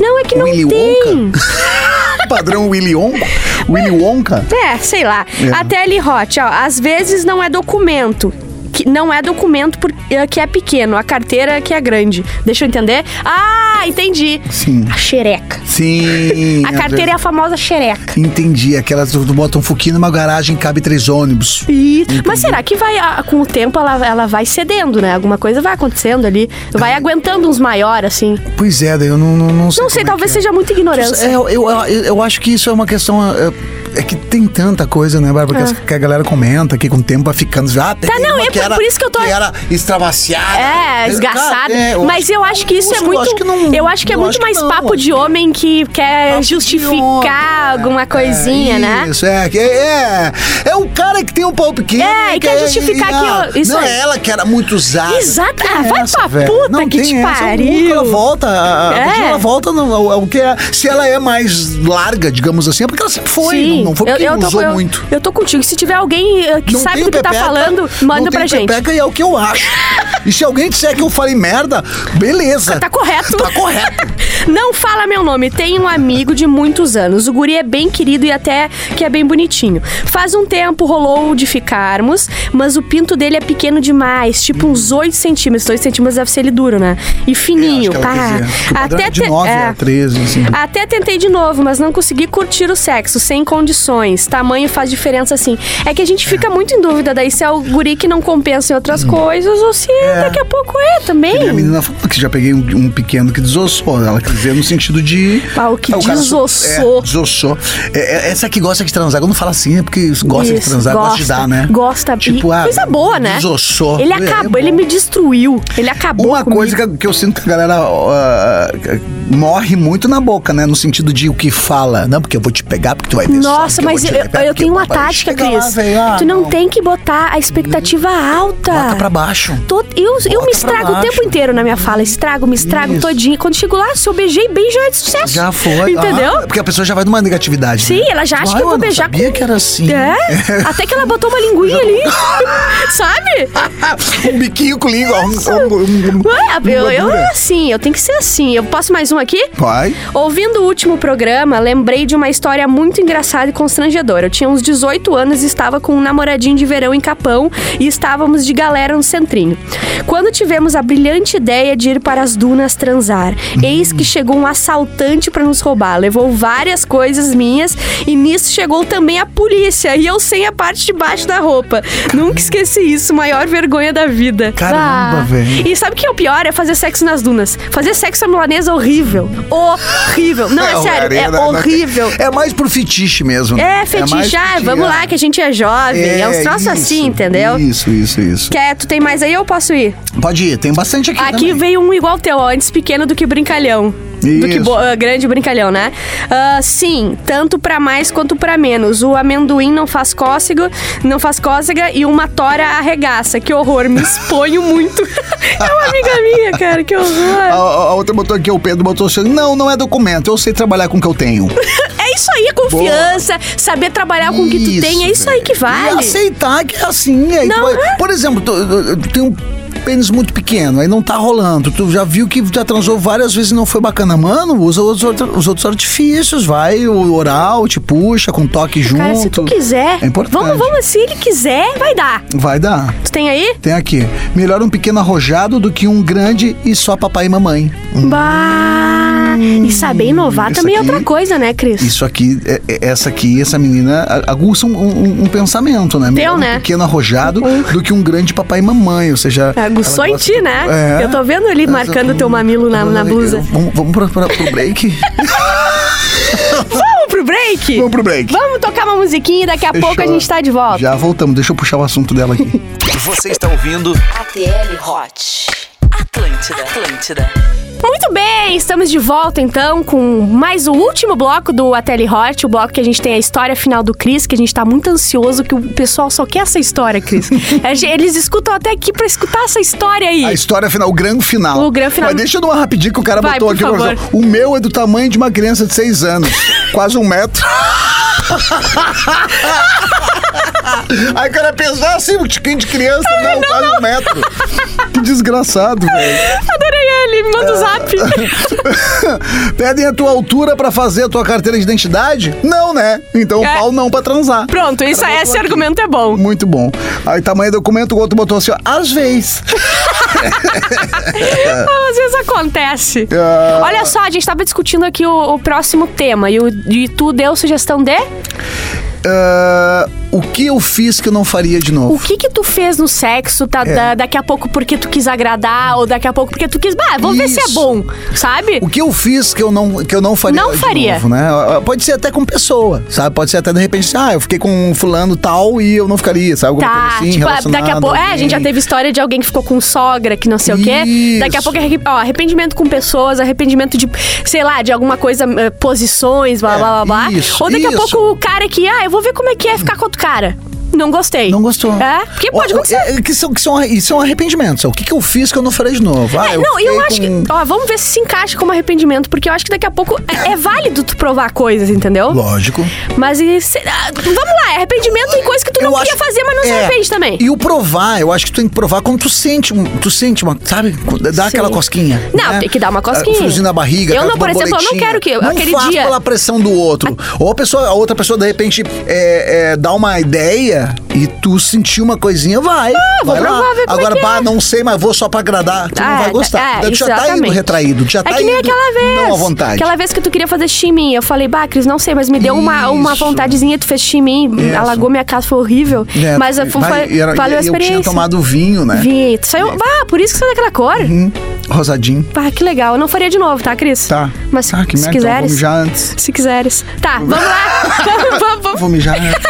Speaker 4: Não, é que não
Speaker 5: Willy
Speaker 4: tem.
Speaker 5: Wonka? (laughs) Padrão Willy Wonka. Willy Wonka.
Speaker 4: É, sei lá.
Speaker 5: É.
Speaker 4: Até ele hot, ó. Às vezes não é documento. Que não é documento por, eh, que é pequeno, a carteira que é grande. Deixa eu entender? Ah, entendi.
Speaker 5: Sim.
Speaker 4: A xereca.
Speaker 5: Sim.
Speaker 4: A carteira é a famosa xereca.
Speaker 5: Entendi, aquelas do do botam um fuquinho numa garagem cabe três ônibus.
Speaker 4: Ih, Mas será que vai, ah, com o tempo, ela, ela vai cedendo, né? Alguma coisa vai acontecendo ali. Vai aguentando uns maiores, assim.
Speaker 5: Pois é, daí eu não, não, não sei.
Speaker 4: Não sei,
Speaker 5: como é
Speaker 4: talvez
Speaker 5: que é.
Speaker 4: seja muita ignorância.
Speaker 5: É, eu, eu, eu acho que isso é uma questão. É, é que tem tanta coisa, né, Bárbara? Que, as- que a galera comenta, que com o tempo vai ficando. Ah, tem
Speaker 4: Ah. Tá, não,
Speaker 5: uma
Speaker 4: é por- por isso que eu tô-
Speaker 5: Que era extravaciada.
Speaker 4: É,
Speaker 5: Cara,
Speaker 4: esgaçado.
Speaker 5: é, eu
Speaker 4: Mas eu acho que isso é
Speaker 5: eu
Speaker 4: muito.
Speaker 5: acho que não-
Speaker 4: eu acho que é
Speaker 5: eu
Speaker 4: muito
Speaker 5: acho que
Speaker 4: mais
Speaker 5: não,
Speaker 4: papo
Speaker 5: acho
Speaker 4: de homem que quer
Speaker 5: Papo de homem,
Speaker 4: justificar alguma coisinha,
Speaker 5: é,
Speaker 4: né?
Speaker 5: Isso, é, que- é. É um cara que tem um pau pequeno.
Speaker 4: É, e
Speaker 5: que
Speaker 4: quer justificar
Speaker 5: não,
Speaker 4: que eu- isso
Speaker 5: não,
Speaker 4: aí.
Speaker 5: é ela que era muito usada.
Speaker 4: Exato. Ah,
Speaker 5: Tem
Speaker 4: vai
Speaker 5: é essa,
Speaker 4: pra
Speaker 5: velho.
Speaker 4: puta
Speaker 5: não,
Speaker 4: que
Speaker 5: tem
Speaker 4: te
Speaker 5: essa, o mundo
Speaker 4: pariu.
Speaker 5: Ela volta, a, a-
Speaker 4: É.
Speaker 5: quando ela volta no, ao- ao que é. Se ela é mais larga, digamos assim, é porque ela sempre foi.
Speaker 4: Sim.
Speaker 5: Não, não foi porque usou
Speaker 4: eu,
Speaker 5: muito.
Speaker 4: Eu tô contigo. Se tiver alguém eh, que
Speaker 5: Não
Speaker 4: sabe
Speaker 5: tem
Speaker 4: do que tá
Speaker 5: pepeca,
Speaker 4: falando,
Speaker 5: não
Speaker 4: manda pra
Speaker 5: tem
Speaker 4: gente.
Speaker 5: Pepeca e é o que eu acho. E se alguém disser que eu falei merda, beleza.
Speaker 4: Tá correto.
Speaker 5: Tá correto.
Speaker 4: (laughs) Não fala meu nome. Tem um amigo de muitos anos. O guri é bem querido e até que é bem bonitinho. Faz um tempo rolou de ficarmos, mas o pinto dele é pequeno demais, tipo uns 8 centímetros. 2 centímetros deve ser ele duro, né? E fininho,
Speaker 5: Acho que ela quer
Speaker 4: pá.
Speaker 5: dizer. Porque o padrão é de
Speaker 4: tá. te-
Speaker 5: 9
Speaker 4: é.
Speaker 5: a 13, assim.
Speaker 4: Até tentei de novo, mas não consegui curtir o sexo, sem condições. Tamanho faz diferença, assim. É que a gente fica muito em dúvida daí se é o guri que não compensa em
Speaker 5: Hum.
Speaker 4: outras coisas ou se daqui a pouco é também.
Speaker 5: E a menina falou que já peguei um, um pequeno que desossou. Ela quer dizer no sentido de.
Speaker 4: Ah, o que
Speaker 5: É cara so-
Speaker 4: desossou.
Speaker 5: É, desossou. É, é, essa que gosta de transar. Quando fala assim, é porque gosta de
Speaker 4: Isso,
Speaker 5: transar, gosta, de dar, né?
Speaker 4: Gosta.
Speaker 5: Tipo,
Speaker 4: E
Speaker 5: ah,
Speaker 4: coisa boa, né?
Speaker 5: Desossou.
Speaker 4: Ele
Speaker 5: É, é
Speaker 4: acabou,
Speaker 5: bom.
Speaker 4: ele me destruiu. Ele acabou
Speaker 5: Uma
Speaker 4: comigo.
Speaker 5: coisa que, que eu sinto que a galera ah, morre muito na boca, né? No sentido de o que fala. Não, porque eu vou te pegar, porque tu vai ver só,
Speaker 4: Nossa,
Speaker 5: porque
Speaker 4: mas
Speaker 5: vou
Speaker 4: eu,
Speaker 5: te pegar,
Speaker 4: eu
Speaker 5: porque
Speaker 4: tenho
Speaker 5: eu-
Speaker 4: uma
Speaker 5: Chega
Speaker 4: tática,
Speaker 5: lá,
Speaker 4: Cris.
Speaker 5: velho, ah, Hum.
Speaker 4: tu não, tem que botar a expectativa alta.
Speaker 5: Bota pra baixo.
Speaker 4: Tô- eu, eu
Speaker 5: pra
Speaker 4: me estrago o
Speaker 5: baixo.
Speaker 4: tempo inteiro na minha fala. Estrago, me estrago
Speaker 5: Isso.
Speaker 4: todinha. Quando chego lá, se eu beijei bem, já é de sucesso.
Speaker 5: Já foi.
Speaker 4: Entendeu?
Speaker 5: Ah, porque a pessoa já vai numa negatividade.
Speaker 4: Sim,
Speaker 5: né?
Speaker 4: ela já acha
Speaker 5: Vai,
Speaker 4: que eu vou
Speaker 5: não
Speaker 4: beijar
Speaker 5: sabia que era assim.
Speaker 4: É? Até que ela botou uma linguinha ali. Sabe?
Speaker 5: (laughs) um biquinho com língua. Um, um, um,
Speaker 4: Ué, eu, eu
Speaker 5: dura.
Speaker 4: assim, eu tenho que ser assim. Eu posso mais um aqui?
Speaker 5: Vai.
Speaker 4: Ouvindo o último programa, lembrei de uma história muito engraçada e constrangedora. Eu tinha uns 18 anos e estava com um namoradinho de verão em Capão e estávamos de galera no centrinho. Quando tivemos a brilhante ideia de ir para as dunas transar, eis que chegou um assaltante para nos roubar. Levou várias coisas minhas e nisso chegou também a polícia e eu sem a parte de baixo da roupa. Nunca esqueci isso, maior vergonha da vida.
Speaker 5: Caramba,
Speaker 4: Ah.
Speaker 5: velho.
Speaker 4: E sabe o que é o pior? É fazer sexo nas dunas. Fazer sexo na milanesa é horrível. Horrível. Não, é sério, é
Speaker 5: arena, né?
Speaker 4: horrível.
Speaker 5: É mais pro fetiche mesmo. né?
Speaker 4: É
Speaker 5: mais
Speaker 4: fetiche, ah,
Speaker 5: fetiche,
Speaker 4: vamos
Speaker 5: é.
Speaker 4: lá que a gente é jovem. É, uns troços
Speaker 5: isso,
Speaker 4: assim, entendeu?
Speaker 5: Isso, isso, isso.
Speaker 4: Quer, tu tem mais aí ou eu posso ir?
Speaker 5: Pode ir, tem bastante aqui.
Speaker 4: Aqui
Speaker 5: também.
Speaker 4: veio um igual teu, ó, antes pequeno do que brincalhão. Do que
Speaker 5: Isso.
Speaker 4: bo- ah, grande brincalhão, né? Ah, sim, tanto pra mais quanto pra menos. O amendoim não faz cócega, não faz cócega e uma tora arregaça. Que horror, me exponho muito. (laughs) é uma amiga minha, cara, que
Speaker 5: A,
Speaker 4: horror.
Speaker 5: a- a outra botou aqui, o Pedro botou assim: não, não é documento, eu sei trabalhar com o que eu tenho.
Speaker 4: É isso aí, confiança, saber trabalhar com o que tu
Speaker 5: Isso,
Speaker 4: tem, é isso aí que
Speaker 5: velho. E
Speaker 4: vale.
Speaker 5: aceitar que é assim. Aí tu
Speaker 4: Não,
Speaker 5: vai-
Speaker 4: é.
Speaker 5: Por exemplo, tu, tu- tu tem um pênis muito pequeno, aí não tá rolando. Tu já viu que já transou várias vezes e não foi bacana. Mano, usa os, outro- os outros artifícios, vai, o oral, te puxa, com toque junto.
Speaker 4: Cara, se tu quiser,
Speaker 5: É importante.
Speaker 4: vamos, vamos, se ele quiser, vai dar.
Speaker 5: Vai dar.
Speaker 4: Tu tem aí?
Speaker 5: Tem aqui. Melhor um pequeno arrojado do que um grande e só papai e mamãe.
Speaker 4: Bah! E saber inovar
Speaker 5: Hum. isso
Speaker 4: também é
Speaker 5: aqui-
Speaker 4: outra coisa, né, Cris?
Speaker 5: Isso aqui, é- é- essa aqui, essa menina a- aguça um, um- um pensamento, né? Melhor
Speaker 4: né? Uhum.
Speaker 5: Um pequeno arrojado do que que um grande papai e mamãe, ou seja...
Speaker 4: É, Aguçou
Speaker 5: ela
Speaker 4: em
Speaker 5: gosta
Speaker 4: ti,
Speaker 5: do-
Speaker 4: né?
Speaker 5: É.
Speaker 4: Eu tô vendo ele
Speaker 5: Essa- tá
Speaker 4: marcando teu mamilo na- na blusa.
Speaker 5: Vamos, vamos pra, pra, pro
Speaker 4: (laughs)
Speaker 5: break?
Speaker 4: Vamos pro break?
Speaker 5: vamos pro break.
Speaker 4: Vamos tocar uma musiquinha e daqui a pouco a
Speaker 5: Fechou.
Speaker 4: gente tá de volta.
Speaker 5: Já voltamos, deixa eu puxar o assunto dela aqui.
Speaker 1: Você está ouvindo
Speaker 2: ATL Hot.
Speaker 3: Atlântida, Atlântida.
Speaker 4: Muito bem, estamos de volta então com mais o último bloco do Ateli Hot, o bloco que a gente tem a história final do Cris, que a gente tá muito ansioso, que o pessoal só quer essa história,
Speaker 5: (laughs)
Speaker 4: Cris. A gente- Eles escutam até aqui pra escutar essa história aí.
Speaker 5: A história é final, o grande final.
Speaker 4: O grande final.
Speaker 5: Mas deixa eu dar uma rapidinho que o cara
Speaker 4: Vai,
Speaker 5: botou
Speaker 4: por
Speaker 5: aqui. no
Speaker 4: favor.
Speaker 5: WhatsApp. O meu é do tamanho de uma
Speaker 4: (laughs)
Speaker 5: criança de seis anos. quase um metro. Aí o cara pesava assim, um tiquinho de criança, não, quase um metro. Que desgraçado,
Speaker 4: (laughs)
Speaker 5: velho.
Speaker 4: (laughs) Adorei ele, me
Speaker 5: Ah.
Speaker 4: manda o
Speaker 5: (laughs)
Speaker 4: zap.
Speaker 5: Pedem a tua altura pra fazer a tua carteira de identidade? Não, né? Então
Speaker 4: É.
Speaker 5: o pau não pra transar.
Speaker 4: Pronto, isso, esse argumento
Speaker 5: (laughs)
Speaker 4: é bom.
Speaker 5: Muito bom. Aí tamanho do documento, o outro botou assim, ó, às vezes.
Speaker 4: Ah, Às vezes acontece.
Speaker 5: É. Ah.
Speaker 4: Olha só, a gente tava discutindo aqui o, o próximo tema e, o, e tu deu sugestão de
Speaker 5: Ah, o que eu fiz que eu não faria de novo?
Speaker 4: o que que tu fez no sexo
Speaker 5: É.
Speaker 4: tá, da- daqui a pouco porque tu quis agradar ou daqui a pouco porque tu quis. Bah, vamos ver se é
Speaker 5: Isso.
Speaker 4: bom, sabe?
Speaker 5: O que eu fiz que eu não, que eu não faria
Speaker 4: Não
Speaker 5: de
Speaker 4: faria.
Speaker 5: novo, né? Pode ser até com pessoa, sabe? Pode ser até de repente, ah, eu fiquei com fulano tal e eu não ficaria, sabe? Alguma
Speaker 4: Tá,
Speaker 5: coisa assim,
Speaker 4: tipo, ah,
Speaker 5: relacionada
Speaker 4: daqui a pouco. É, a gente já
Speaker 5: alguém.
Speaker 4: teve história de alguém que ficou com sogra, que não sei o quê.
Speaker 5: Isso.
Speaker 4: Daqui a pouco, é arre- ó, arrependimento com pessoas, arrependimento de, sei lá, de alguma coisa, eh, posições, blá
Speaker 5: É,
Speaker 4: blá blá blá.
Speaker 5: isso,
Speaker 4: Ou daqui a
Speaker 5: isso.
Speaker 4: pouco o cara que, ah, eu vou ver como é que é ficar com outro cara. Não gostei.
Speaker 5: Não gostou.
Speaker 4: É, porque pode
Speaker 5: Ó, ó,
Speaker 4: acontecer.
Speaker 5: é, que são, que são, isso é um arrependimento. sabe? O que, que eu fiz que eu não farei de novo? Ah,
Speaker 4: É, não, eu
Speaker 5: fiquei
Speaker 4: acho
Speaker 5: com-
Speaker 4: que. Ó, vamos ver se se encaixa como arrependimento, porque eu acho que daqui a pouco é, é válido tu provar coisas, entendeu?
Speaker 5: Lógico.
Speaker 4: Mas e se- ah, vamos lá, é arrependimento em coisa que tu não
Speaker 5: Eu
Speaker 4: queria
Speaker 5: acho-
Speaker 4: fazer, mas não se
Speaker 5: é,
Speaker 4: arrepende também.
Speaker 5: E o provar, eu acho que tu tem que provar quando tu sente, um- tu sente uma, sabe? Dá aquela cosquinha.
Speaker 4: Não,
Speaker 5: né?
Speaker 4: tem que dar uma cosquinha.
Speaker 5: Ah, Friozinho na barriga.
Speaker 4: Eu
Speaker 5: aquela
Speaker 4: não, por exemplo, eu não
Speaker 5: borboletinha.
Speaker 4: quero que-
Speaker 5: Não
Speaker 4: aquele
Speaker 5: faz
Speaker 4: dia-
Speaker 5: pela pressão do outro. Ou a, pessoa, a outra pessoa, de repente, é, é, dá uma ideia e tu sentir uma coisinha, vai. Ah,
Speaker 4: vou provar, ver como é
Speaker 5: Agora,
Speaker 4: que é.
Speaker 5: bah, não sei, mas vou só pra agradar. Tu
Speaker 4: Ah,
Speaker 5: não vai
Speaker 4: é,
Speaker 5: gostar. Daí tu já tá indo
Speaker 4: exatamente.
Speaker 5: retraído. tu Já
Speaker 4: é
Speaker 5: tá
Speaker 4: que nem
Speaker 5: indo
Speaker 4: aquela vez.
Speaker 5: Não à vontade.
Speaker 4: Aquela vez que tu queria fazer chimim. Eu falei, bah, Cris, não sei, mas me deu uma, uma
Speaker 5: Isso.
Speaker 4: vontadezinha, tu fez chimim,
Speaker 5: Isso.
Speaker 4: alagou minha casa, foi horrível.
Speaker 5: É,
Speaker 4: mas eu,
Speaker 5: vai,
Speaker 4: foi,
Speaker 5: e era-
Speaker 4: valeu a
Speaker 5: e Eu
Speaker 4: experiência.
Speaker 5: tinha tomado vinho, né?
Speaker 4: Vi, tu saiu. Ah, por isso que saiu daquela cor.
Speaker 5: Hum, rosadinho.
Speaker 4: Bah, que legal. Eu não faria de novo, tá, Cris?
Speaker 5: Tá.
Speaker 4: Mas
Speaker 5: Ah, que
Speaker 4: se
Speaker 5: merda, então
Speaker 4: quiseres.
Speaker 5: vou mijar antes.
Speaker 4: Se quiseres. Tá,
Speaker 5: (laughs)
Speaker 4: vamos lá. vamos, vamos,
Speaker 5: Vou
Speaker 4: (laughs)
Speaker 5: mijar antes.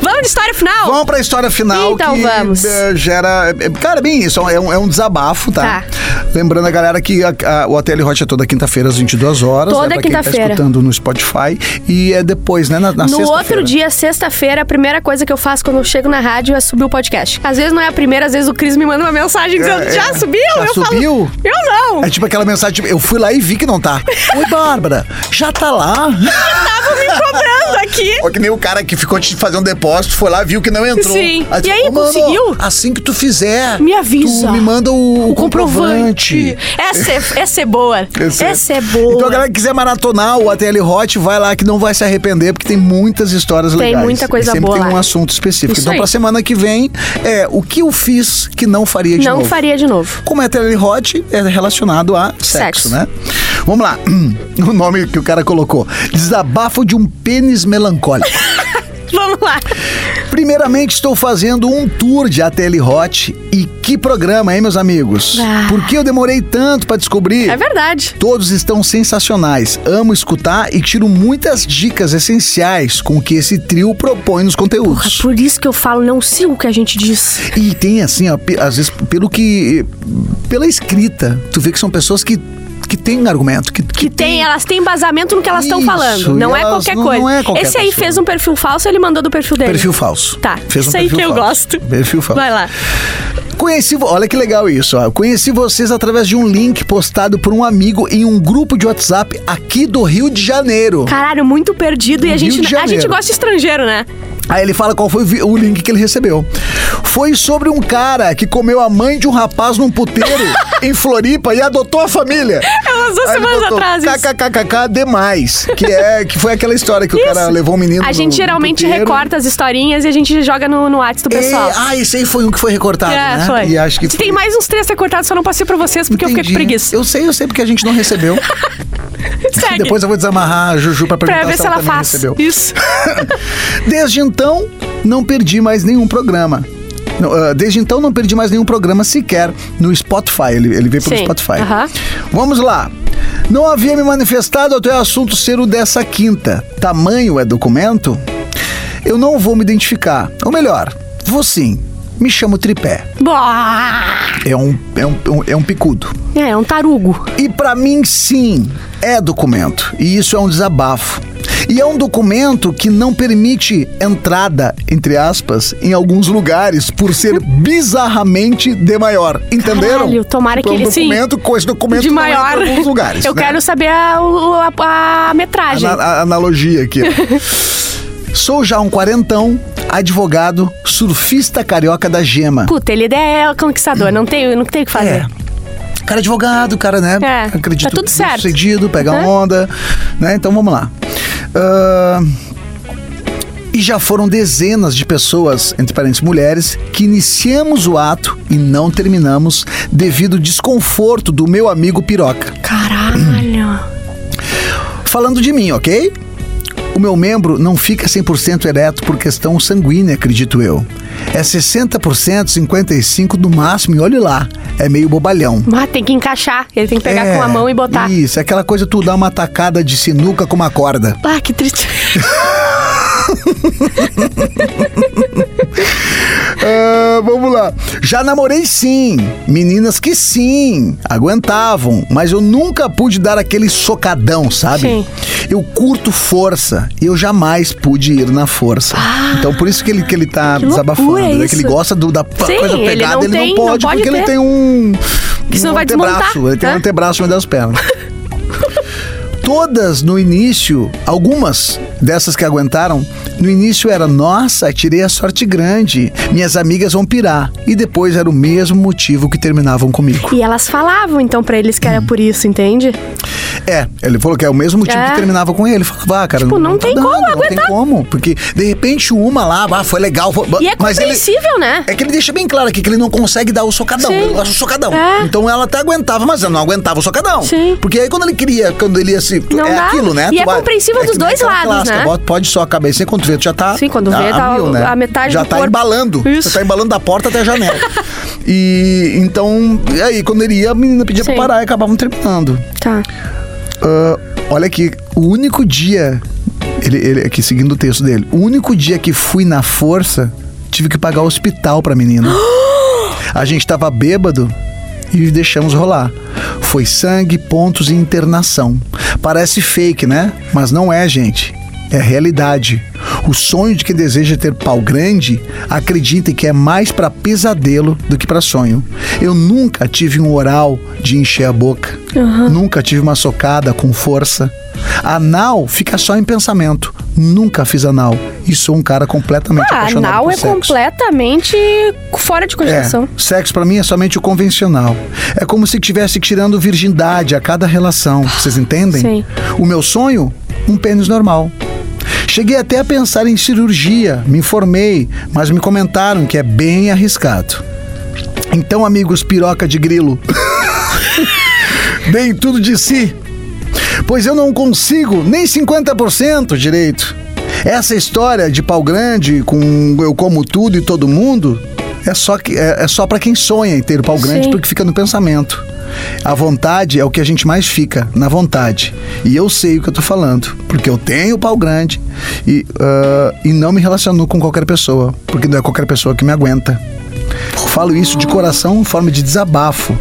Speaker 4: vamos de história final.
Speaker 5: Vamos pra história final
Speaker 4: Então
Speaker 5: que
Speaker 4: vamos.
Speaker 5: eh, gera... eh, Cara, bem isso, é um, é um desabafo, tá?
Speaker 4: Tá.
Speaker 5: Lembrando a galera que a- a- o ATL Hot é toda quinta-feira às 22 horas.
Speaker 4: Toda
Speaker 5: né, pra Quem
Speaker 4: quinta-feira.
Speaker 5: tá escutando no Spotify. E é depois, né? Na, na
Speaker 4: No outro
Speaker 5: sexta-feira.
Speaker 4: dia, sexta-feira, a primeira coisa que eu faço quando eu chego na rádio é subir o podcast. Às vezes não é a primeira, às vezes o Cris me manda uma mensagem dizendo:
Speaker 5: é.
Speaker 4: Já subiu?
Speaker 5: Já
Speaker 4: eu Falo,
Speaker 5: subiu?
Speaker 4: eu não.
Speaker 5: É tipo aquela mensagem, tipo, eu fui lá e vi que não tá. Oi, Bárbara, já tá
Speaker 4: (laughs)
Speaker 5: lá? (laughs)
Speaker 4: Cobrando aqui.
Speaker 5: Ou que nem o cara que ficou te fazer um depósito, foi lá, viu que não entrou.
Speaker 4: Sim. E
Speaker 5: tu,
Speaker 4: aí,
Speaker 5: "Ô, mano,
Speaker 4: conseguiu?"
Speaker 5: Assim que tu fizer,
Speaker 4: Me avisa.
Speaker 5: Tu me manda o,
Speaker 4: O comprovante. Essa é, essa é boa.
Speaker 5: Esse-
Speaker 4: Essa é boa.
Speaker 5: Então, a galera que quiser maratonar o ATL Hot, vai lá que não vai se arrepender, porque tem muitas histórias
Speaker 4: Tem
Speaker 5: legais.
Speaker 4: muita coisa
Speaker 5: e sempre
Speaker 4: boa
Speaker 5: tem
Speaker 4: lá.
Speaker 5: um assunto específico.
Speaker 4: Isso
Speaker 5: então,
Speaker 4: aí.
Speaker 5: pra semana que vem, é o que eu fiz que não faria de
Speaker 4: não
Speaker 5: novo.
Speaker 4: faria de novo.
Speaker 5: Como é ATL Hot, é relacionado a sexo,
Speaker 4: Sexo.
Speaker 5: né? Vamos lá. (clears throat) O nome que o cara colocou: Desabafo de um pênis
Speaker 4: (laughs)
Speaker 5: melancólico.
Speaker 4: Vamos lá.
Speaker 5: Primeiramente, estou fazendo um tour de ATL Hot. E que programa, hein, meus amigos?
Speaker 4: Ah.
Speaker 5: Por que eu demorei tanto pra descobrir?
Speaker 4: É verdade.
Speaker 5: Todos estão sensacionais. Amo escutar e tiro muitas dicas essenciais com que esse trio propõe nos
Speaker 4: Porra,
Speaker 5: conteúdos.
Speaker 4: É por isso que eu falo, não sigo o que a gente diz.
Speaker 5: E tem assim, ó, pe- às vezes pelo que pela escrita, tu vê que são pessoas que que têm argumento, que
Speaker 4: Que tem, elas têm embasamento no que elas estão
Speaker 5: Isso,
Speaker 4: falando. Não é
Speaker 5: elas
Speaker 4: qualquer
Speaker 5: não-
Speaker 4: coisa.
Speaker 5: não é qualquer
Speaker 4: Esse aí
Speaker 5: pessoa.
Speaker 4: fez um perfil falso, ele mandou do perfil dele.
Speaker 5: perfil falso.
Speaker 4: Tá,
Speaker 5: Fez um
Speaker 4: isso aí
Speaker 5: perfil
Speaker 4: que eu
Speaker 5: falso.
Speaker 4: gosto.
Speaker 5: Perfil falso.
Speaker 4: Vai lá.
Speaker 5: Conheci, vo- olha que legal isso, ó. Conheci vocês através de um link postado por um amigo em um grupo de WhatsApp aqui do Rio de Janeiro.
Speaker 4: Caralho, muito perdido e a
Speaker 5: Rio
Speaker 4: gente,
Speaker 5: de
Speaker 4: a
Speaker 5: Janeiro.
Speaker 4: gente gosta de
Speaker 5: (laughs)
Speaker 4: estrangeiro, né?
Speaker 5: Aí ele fala qual foi o vi- o link que ele recebeu. Foi sobre um cara que comeu a mãe de um rapaz num
Speaker 4: (laughs)
Speaker 5: puteiro em Floripa e adotou a família.
Speaker 4: Elas duas
Speaker 5: Aí Ah, ele
Speaker 4: semanas
Speaker 5: botou,
Speaker 4: atrás. isso.
Speaker 5: KKKKK demais. Que, é, que foi aquela história que o cara
Speaker 4: Isso.
Speaker 5: levou um menino
Speaker 4: A
Speaker 5: no-
Speaker 4: gente
Speaker 5: no
Speaker 4: geralmente
Speaker 5: puteiro.
Speaker 4: recorta as historinhas e a gente joga no, no WhatsApp do
Speaker 5: E-
Speaker 4: pessoal.
Speaker 5: ah, esse aí foi um que foi recortado,
Speaker 4: é,
Speaker 5: né?
Speaker 4: foi.
Speaker 5: E acho que
Speaker 4: Se
Speaker 5: foi-
Speaker 4: tem mais uns três recortados, só não passei pra vocês porque eu fiquei
Speaker 5: Entendi.
Speaker 4: com preguiça.
Speaker 5: Eu (laughs) sei, eu sei porque a gente não recebeu.
Speaker 4: (laughs) Segue.
Speaker 5: Depois eu vou desamarrar a Juju pra perguntar
Speaker 4: pra ver se ela
Speaker 5: também
Speaker 4: faz.
Speaker 5: recebeu.
Speaker 4: Isso.
Speaker 5: Desde então, não perdi mais nenhum programa. Não, ah, Desde então, não perdi mais nenhum programa sequer no Spotify. Ele, ele veio pelo
Speaker 4: Sim,
Speaker 5: Spotify.
Speaker 4: aham.
Speaker 5: Vamos lá. Não havia me manifestado até o assunto ser o dessa quinta. Tamanho é documento? Eu não vou me identificar. Ou melhor, vou sim. Me chamo Tripé.
Speaker 4: Boa.
Speaker 5: É um, é um, é um picudo.
Speaker 4: É, é um tarugo.
Speaker 5: E pra mim, sim, é documento. E isso é um desabafo. E é um documento que não permite entrada, entre aspas, em alguns lugares por
Speaker 4: (laughs)
Speaker 5: ser bizarramente de maior. Entenderam?
Speaker 4: Caralho, tomara
Speaker 5: Tipo,
Speaker 4: que
Speaker 5: é um
Speaker 4: ele- sim.
Speaker 5: documento com esse documento
Speaker 4: De
Speaker 5: não entra
Speaker 4: maior.
Speaker 5: em alguns lugares.
Speaker 4: (laughs) eu
Speaker 5: né? Ah,
Speaker 4: quero saber a, o- a, a metragem. (laughs)
Speaker 5: Ana- a- analogia aqui. ó. Sou já um quarentão, advogado, surfista carioca da Gema.
Speaker 4: Puta, ele é conquistador, não tem, não tem o que fazer.
Speaker 5: É. Cara advogado, cara, né?
Speaker 4: É,
Speaker 5: Acredito
Speaker 4: tá tudo
Speaker 5: bem
Speaker 4: certo.
Speaker 5: sucedido, pega
Speaker 4: Uhum.
Speaker 5: onda, né? Então vamos lá. Ahn, e já foram dezenas de pessoas, entre parênteses mulheres, que iniciamos o ato e não terminamos devido ao desconforto do meu amigo piroca.
Speaker 4: Caralho.
Speaker 5: Falando de mim, ok? O meu membro não fica 100% ereto por questão sanguínea, acredito eu. É 60%, 55% no máximo, e olhe lá, é meio bobalhão.
Speaker 4: Mas Ah, tem que encaixar. Ele tem que pegar
Speaker 5: É,
Speaker 4: com a mão e botar.
Speaker 5: Isso, é aquela coisa tu dá uma tacada de sinuca com uma corda.
Speaker 4: Ah, que triste.
Speaker 5: Ah, vamos lá. Já namorei sim. Meninas que sim, aguentavam, mas eu nunca pude dar aquele socadão, sabe?
Speaker 4: Sim.
Speaker 5: Eu curto força e eu jamais pude ir na força. então por isso que ele, que ele tá
Speaker 4: Ah, que
Speaker 5: desabafando,
Speaker 4: loucura
Speaker 5: né? Que ele
Speaker 4: isso.
Speaker 5: gosta do, da p-
Speaker 4: Sim,
Speaker 5: coisa
Speaker 4: ele
Speaker 5: pegada,
Speaker 4: não
Speaker 5: ele não,
Speaker 4: tem- não
Speaker 5: pode,
Speaker 4: pode
Speaker 5: porque ele
Speaker 4: ter.
Speaker 5: tem um.
Speaker 4: Que senão
Speaker 5: um
Speaker 4: vai
Speaker 5: antebraço,
Speaker 4: desmontar,
Speaker 5: Ele tem um
Speaker 4: né?
Speaker 5: antebraço no meio das pernas. Todas no início, algumas dessas que aguentaram, no início era nossa, tirei a sorte grande, minhas amigas vão pirar. E depois era o mesmo motivo que terminavam comigo.
Speaker 4: E elas falavam então pra eles que era por isso, entende?
Speaker 5: É, ele falou que é o mesmo motivo
Speaker 4: É.
Speaker 5: que terminava com ele. Ele Falava, ah, cara,
Speaker 4: Tipo, não tem como
Speaker 5: não
Speaker 4: aguentar.
Speaker 5: tem como. Porque de repente uma lá, ah, foi legal. Foi...
Speaker 4: E é
Speaker 5: mas ele-
Speaker 4: compreensível, né?
Speaker 5: É que ele deixa bem claro aqui que ele não consegue dar o socadão.
Speaker 4: Sim.
Speaker 5: Ele gosta do socadão.
Speaker 4: É.
Speaker 5: Então ela até aguentava, mas ela não aguentava o socadão.
Speaker 4: Sim.
Speaker 5: Porque aí quando ele queria, quando ele ia se.
Speaker 4: Não
Speaker 5: é
Speaker 4: dá.
Speaker 5: aquilo, né?
Speaker 4: E é
Speaker 5: vai-
Speaker 4: compreensível dos
Speaker 5: que nem
Speaker 4: dois
Speaker 5: aquela
Speaker 4: lados, né?
Speaker 5: bota- Pode só a cabeça e quando vê, tu já tá.
Speaker 4: Sim, quando vê,
Speaker 5: a,
Speaker 4: tá
Speaker 5: a, mil, né?
Speaker 4: a metade
Speaker 5: Já
Speaker 4: do
Speaker 5: tá
Speaker 4: corpo.
Speaker 5: embalando.
Speaker 4: Isso.
Speaker 5: Você tá embalando da porta até a
Speaker 4: (laughs)
Speaker 5: janela. e então, e aí, quando ele ia, a menina pedia
Speaker 4: Sim.
Speaker 5: pra parar e acabavam terminando.
Speaker 4: Tá.
Speaker 5: Ah, olha aqui, o único dia. Ele, ele- aqui, seguindo o texto dele. O único dia que fui na força, tive que pagar hospital pra
Speaker 4: (gasps)
Speaker 5: menina. A gente tava bêbado e deixamos rolar. Foi sangue, pontos e internação. Parece fake, né? Mas não é, gente. É realidade. O sonho de quem deseja ter pau grande, acreditem que é mais pra pesadelo do que pra sonho. Eu nunca tive um oral de encher a boca. Nunca tive uma socada com força. Anal fica só em pensamento. Nunca fiz anal. E sou um cara completamente
Speaker 4: Ah,
Speaker 5: apaixonado
Speaker 4: anal
Speaker 5: por
Speaker 4: é
Speaker 5: sexo.
Speaker 4: completamente fora de
Speaker 5: É,
Speaker 4: cogitação.
Speaker 5: sexo pra mim é somente o convencional. É como se estivesse tirando virgindade a cada relação. Vocês entendem?
Speaker 4: Sim.
Speaker 5: O meu sonho? Um pênis normal. Cheguei até a pensar em cirurgia, me informei, mas me comentaram que é bem arriscado. Então, amigos piroca de grilo, deem tudo de si, pois eu não consigo nem 50% direito. Essa história de pau grande com eu como tudo e todo mundo é só que é, é só para quem sonha em ter pau grande
Speaker 4: Sim.
Speaker 5: porque fica no pensamento. A vontade é o que a gente mais fica, na vontade. E eu sei o que eu tô falando, porque eu tenho pau grande e, ah, e não me relaciono com qualquer pessoa, porque não é qualquer pessoa que me aguenta. Falo isso de coração em forma de desabafo.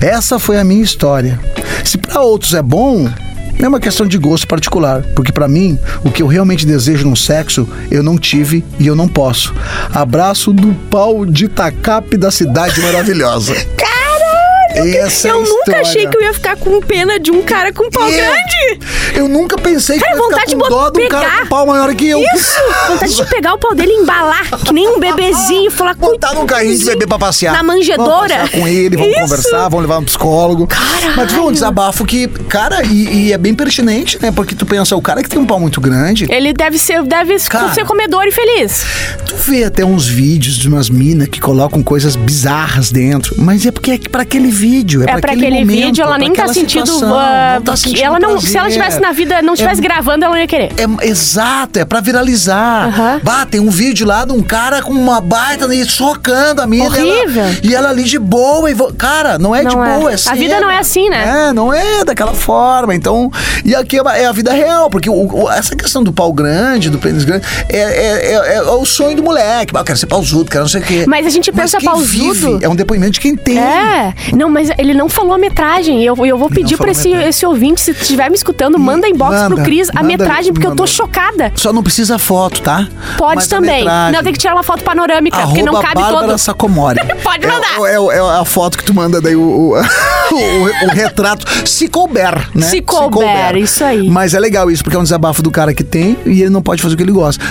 Speaker 5: Essa foi a minha história. Se para outros é bom, é uma questão de gosto particular, porque para mim, o que eu realmente desejo no sexo, eu não tive e eu não posso. Abraço do pau de Tacape da cidade maravilhosa. Caralho! É. Essa é a
Speaker 4: eu nunca achei
Speaker 5: história.
Speaker 4: que eu ia ficar com pena de um cara com pau
Speaker 5: É.
Speaker 4: grande.
Speaker 5: Eu nunca pensei que
Speaker 4: Cara,
Speaker 5: eu ia
Speaker 4: vontade
Speaker 5: ficar
Speaker 4: de
Speaker 5: com
Speaker 4: bot-
Speaker 5: dó de um cara
Speaker 4: pegar.
Speaker 5: com pau maior que eu.
Speaker 4: Isso! Vontade de pegar o pau dele e embalar, que nem um bebezinho, falar com
Speaker 5: Botar num carrinho de bebê pra passear.
Speaker 4: Na manjedoura.
Speaker 5: Vamos passear com ele, vamos
Speaker 4: Isso.
Speaker 5: conversar, vamos levar um psicólogo.
Speaker 4: Caralho.
Speaker 5: Mas tu foi um desabafo que, cara, e, e é bem pertinente, né? Porque tu pensa, o cara que tem um pau muito grande,
Speaker 4: Ele deve ser, deve
Speaker 5: Cara.
Speaker 4: ser comedor e feliz.
Speaker 5: tu vê até uns vídeos de umas minas que colocam coisas bizarras dentro. Mas é porque é pra aquele vídeo, é,
Speaker 4: É
Speaker 5: pra
Speaker 4: pra
Speaker 5: aquele,
Speaker 4: aquele
Speaker 5: momento,
Speaker 4: vídeo, ela
Speaker 5: pra
Speaker 4: nem tá
Speaker 5: aquela
Speaker 4: sentindo,
Speaker 5: situação,
Speaker 4: ah,
Speaker 5: não tá sentindo
Speaker 4: ela não, se ela
Speaker 5: prazer.
Speaker 4: estivesse na vida, não estivesse
Speaker 5: é
Speaker 4: gravando, ela não ia querer.
Speaker 5: É, exato, é pra viralizar.
Speaker 4: Aham.
Speaker 5: Bah, tem um vídeo lá de um cara com uma baita e socando a mina.
Speaker 4: Horrível.
Speaker 5: ela- e ela ali de boa. E vo- Cara, não é de
Speaker 4: Não é.
Speaker 5: boa, é
Speaker 4: A
Speaker 5: sério.
Speaker 4: vida não é assim, né?
Speaker 5: É, não é daquela forma. Então, e aqui é uma- é a vida real, porque o- o- essa questão do pau grande, do pênis grande, é, é- é- é o sonho do moleque. Ah, Eu quero ser pausudo, quero não sei o quê.
Speaker 4: Mas a gente pensa
Speaker 5: quem
Speaker 4: pausudo-
Speaker 5: vive É um depoimento de quem tem.
Speaker 4: É, não, mas ele não falou a metragem. Eu, eu vou pedir
Speaker 5: falou
Speaker 4: pra
Speaker 5: a
Speaker 4: esse,
Speaker 5: metragem.
Speaker 4: esse ouvinte, se estiver me escutando, manda inbox
Speaker 5: manda,
Speaker 4: pro Cris a
Speaker 5: manda,
Speaker 4: metragem, porque eu tô
Speaker 5: manda.
Speaker 4: chocada.
Speaker 5: Só não precisa foto, tá?
Speaker 4: Pode
Speaker 5: Mas a
Speaker 4: também.
Speaker 5: metragem.
Speaker 4: Não, tem que tirar uma foto panorâmica, É, porque não
Speaker 5: Arroba
Speaker 4: cabe
Speaker 5: Bárbara
Speaker 4: todo.
Speaker 5: Sacomori.
Speaker 4: (laughs) Pode mandar.
Speaker 5: É, o- é, o- é a foto que tu manda daí, o, o, (laughs) o- o retrato. Se couber, né?
Speaker 4: Se couber, isso aí.
Speaker 5: Mas é legal isso, porque é um desabafo do cara que tem e ele não pode fazer o que ele gosta.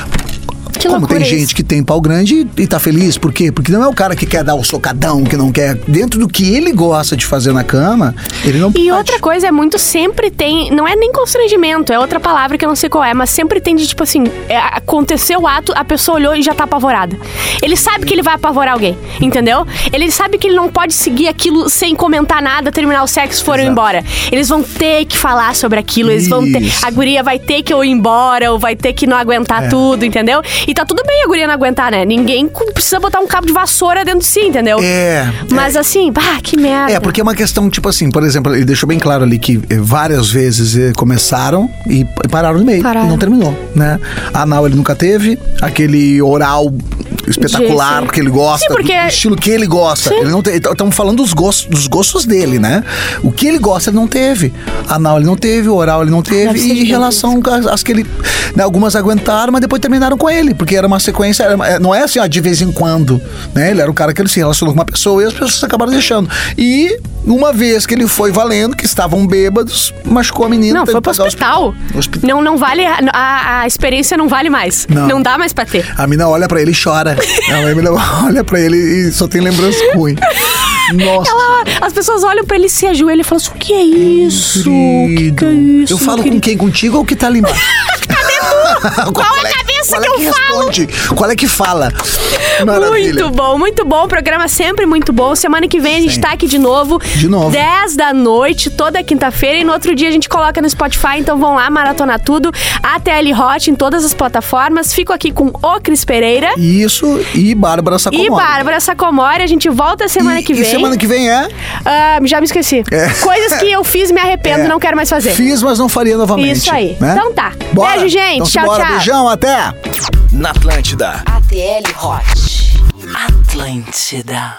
Speaker 4: Que
Speaker 5: Como
Speaker 4: loucura
Speaker 5: tem
Speaker 4: isso.
Speaker 5: gente que tem pau grande e, e tá feliz, por quê? Porque não é o cara que quer dar o socadão, que não quer. Dentro do que ele gosta de fazer na cama, ele não
Speaker 4: E
Speaker 5: pode.
Speaker 4: outra coisa é muito sempre tem, não é nem constrangimento, é outra palavra que eu não sei qual é, mas sempre tem de tipo assim, é, aconteceu o ato, a pessoa olhou e já tá apavorada. Ele sabe que ele vai apavorar alguém, entendeu? Ele sabe que ele não pode seguir aquilo sem comentar nada, terminar o sexo, foram
Speaker 5: Exato.
Speaker 4: embora. Eles vão ter que falar sobre aquilo, eles vão ter,
Speaker 5: Isso.
Speaker 4: a guria vai ter que ou ir embora ou vai ter que não aguentar
Speaker 5: É.
Speaker 4: tudo, entendeu? E tá tudo bem a guria não aguentar, né? Ninguém cu- precisa botar um cabo de vassoura dentro de si, entendeu?
Speaker 5: É.
Speaker 4: Mas assim, bah, que merda.
Speaker 5: É, porque é uma questão, tipo assim, por exemplo, ele deixou bem claro ali que eh, várias vezes eh, começaram e p- pararam no meio.
Speaker 4: Pararam.
Speaker 5: E não terminou, né? Anal ele nunca teve, aquele oral espetacular
Speaker 4: Sim, sim.
Speaker 5: que ele gosta,
Speaker 4: Sim, porque- é
Speaker 5: do estilo que ele gosta.
Speaker 4: Sim.
Speaker 5: Ele não tem, estamos falando dos gostos, dos gostos dele, né? O que ele gosta ele não teve. Anal ele não teve, oral ele não teve
Speaker 4: deve ser
Speaker 5: e em
Speaker 4: gigantesco.
Speaker 5: relação às às que ele, né, algumas aguentaram, mas depois terminaram com ele, porque era uma sequência, era uma- é, não é assim, ó, de vez em quando, né? Ele era o cara que ele se relacionou com uma pessoa e as pessoas acabaram deixando. E uma vez que ele foi valendo, que estavam bêbados, machucou a menina.
Speaker 4: Não,
Speaker 5: teve
Speaker 4: foi
Speaker 5: que
Speaker 4: pro
Speaker 5: pagar o
Speaker 4: hospital.
Speaker 5: Hospital.
Speaker 4: Não, não vale. A, a- a experiência não vale mais.
Speaker 5: Não.
Speaker 4: dá mais pra ter.
Speaker 5: A mina olha pra ele e chora. Ela- A mina (laughs) olha pra ele e só tem lembrança ruim. Nossa.
Speaker 4: (laughs) Ela- as pessoas olham pra ele se ajoelham e falam assim: o que é isso? O que, que é
Speaker 5: Querido,
Speaker 4: isso?
Speaker 5: Eu falo
Speaker 4: querido?"
Speaker 5: com quem? Contigo ou que tá ali
Speaker 4: (laughs)
Speaker 5: embaixo? (laughs) Qual,
Speaker 4: é a cabeça
Speaker 5: qual é
Speaker 4: que
Speaker 5: que
Speaker 4: eu falo?
Speaker 5: responde? Qual é que fala? Maravilha.
Speaker 4: Muito bom, muito bom. O programa é sempre muito bom. Semana que vem a gente tá aqui de novo.
Speaker 5: De novo.
Speaker 4: 10 da noite, toda quinta-feira. E no outro dia a gente coloca no Spotify. Então vão lá maratonar tudo. ATL Hot em todas as plataformas. Fico aqui com o Cris Pereira
Speaker 5: Isso e Bárbara Sacomori.
Speaker 4: e Bárbara Sacomori. A gente volta semana
Speaker 5: E-
Speaker 4: que vem.
Speaker 5: E semana que vem é?
Speaker 4: Ah, já me esqueci.
Speaker 5: É.
Speaker 4: Coisas que eu fiz e me arrependo,
Speaker 5: É.
Speaker 4: não quero mais fazer.
Speaker 5: Fiz, mas não faria novamente.
Speaker 4: Isso aí.
Speaker 5: né?
Speaker 4: Então tá.
Speaker 5: Bora.
Speaker 4: Beijo, gente.
Speaker 5: Então,
Speaker 4: tchau,
Speaker 5: simbora.
Speaker 4: tchau.
Speaker 5: Beijão, até.
Speaker 1: Na Atlântida.
Speaker 2: ATL Hot.
Speaker 3: Atlântida.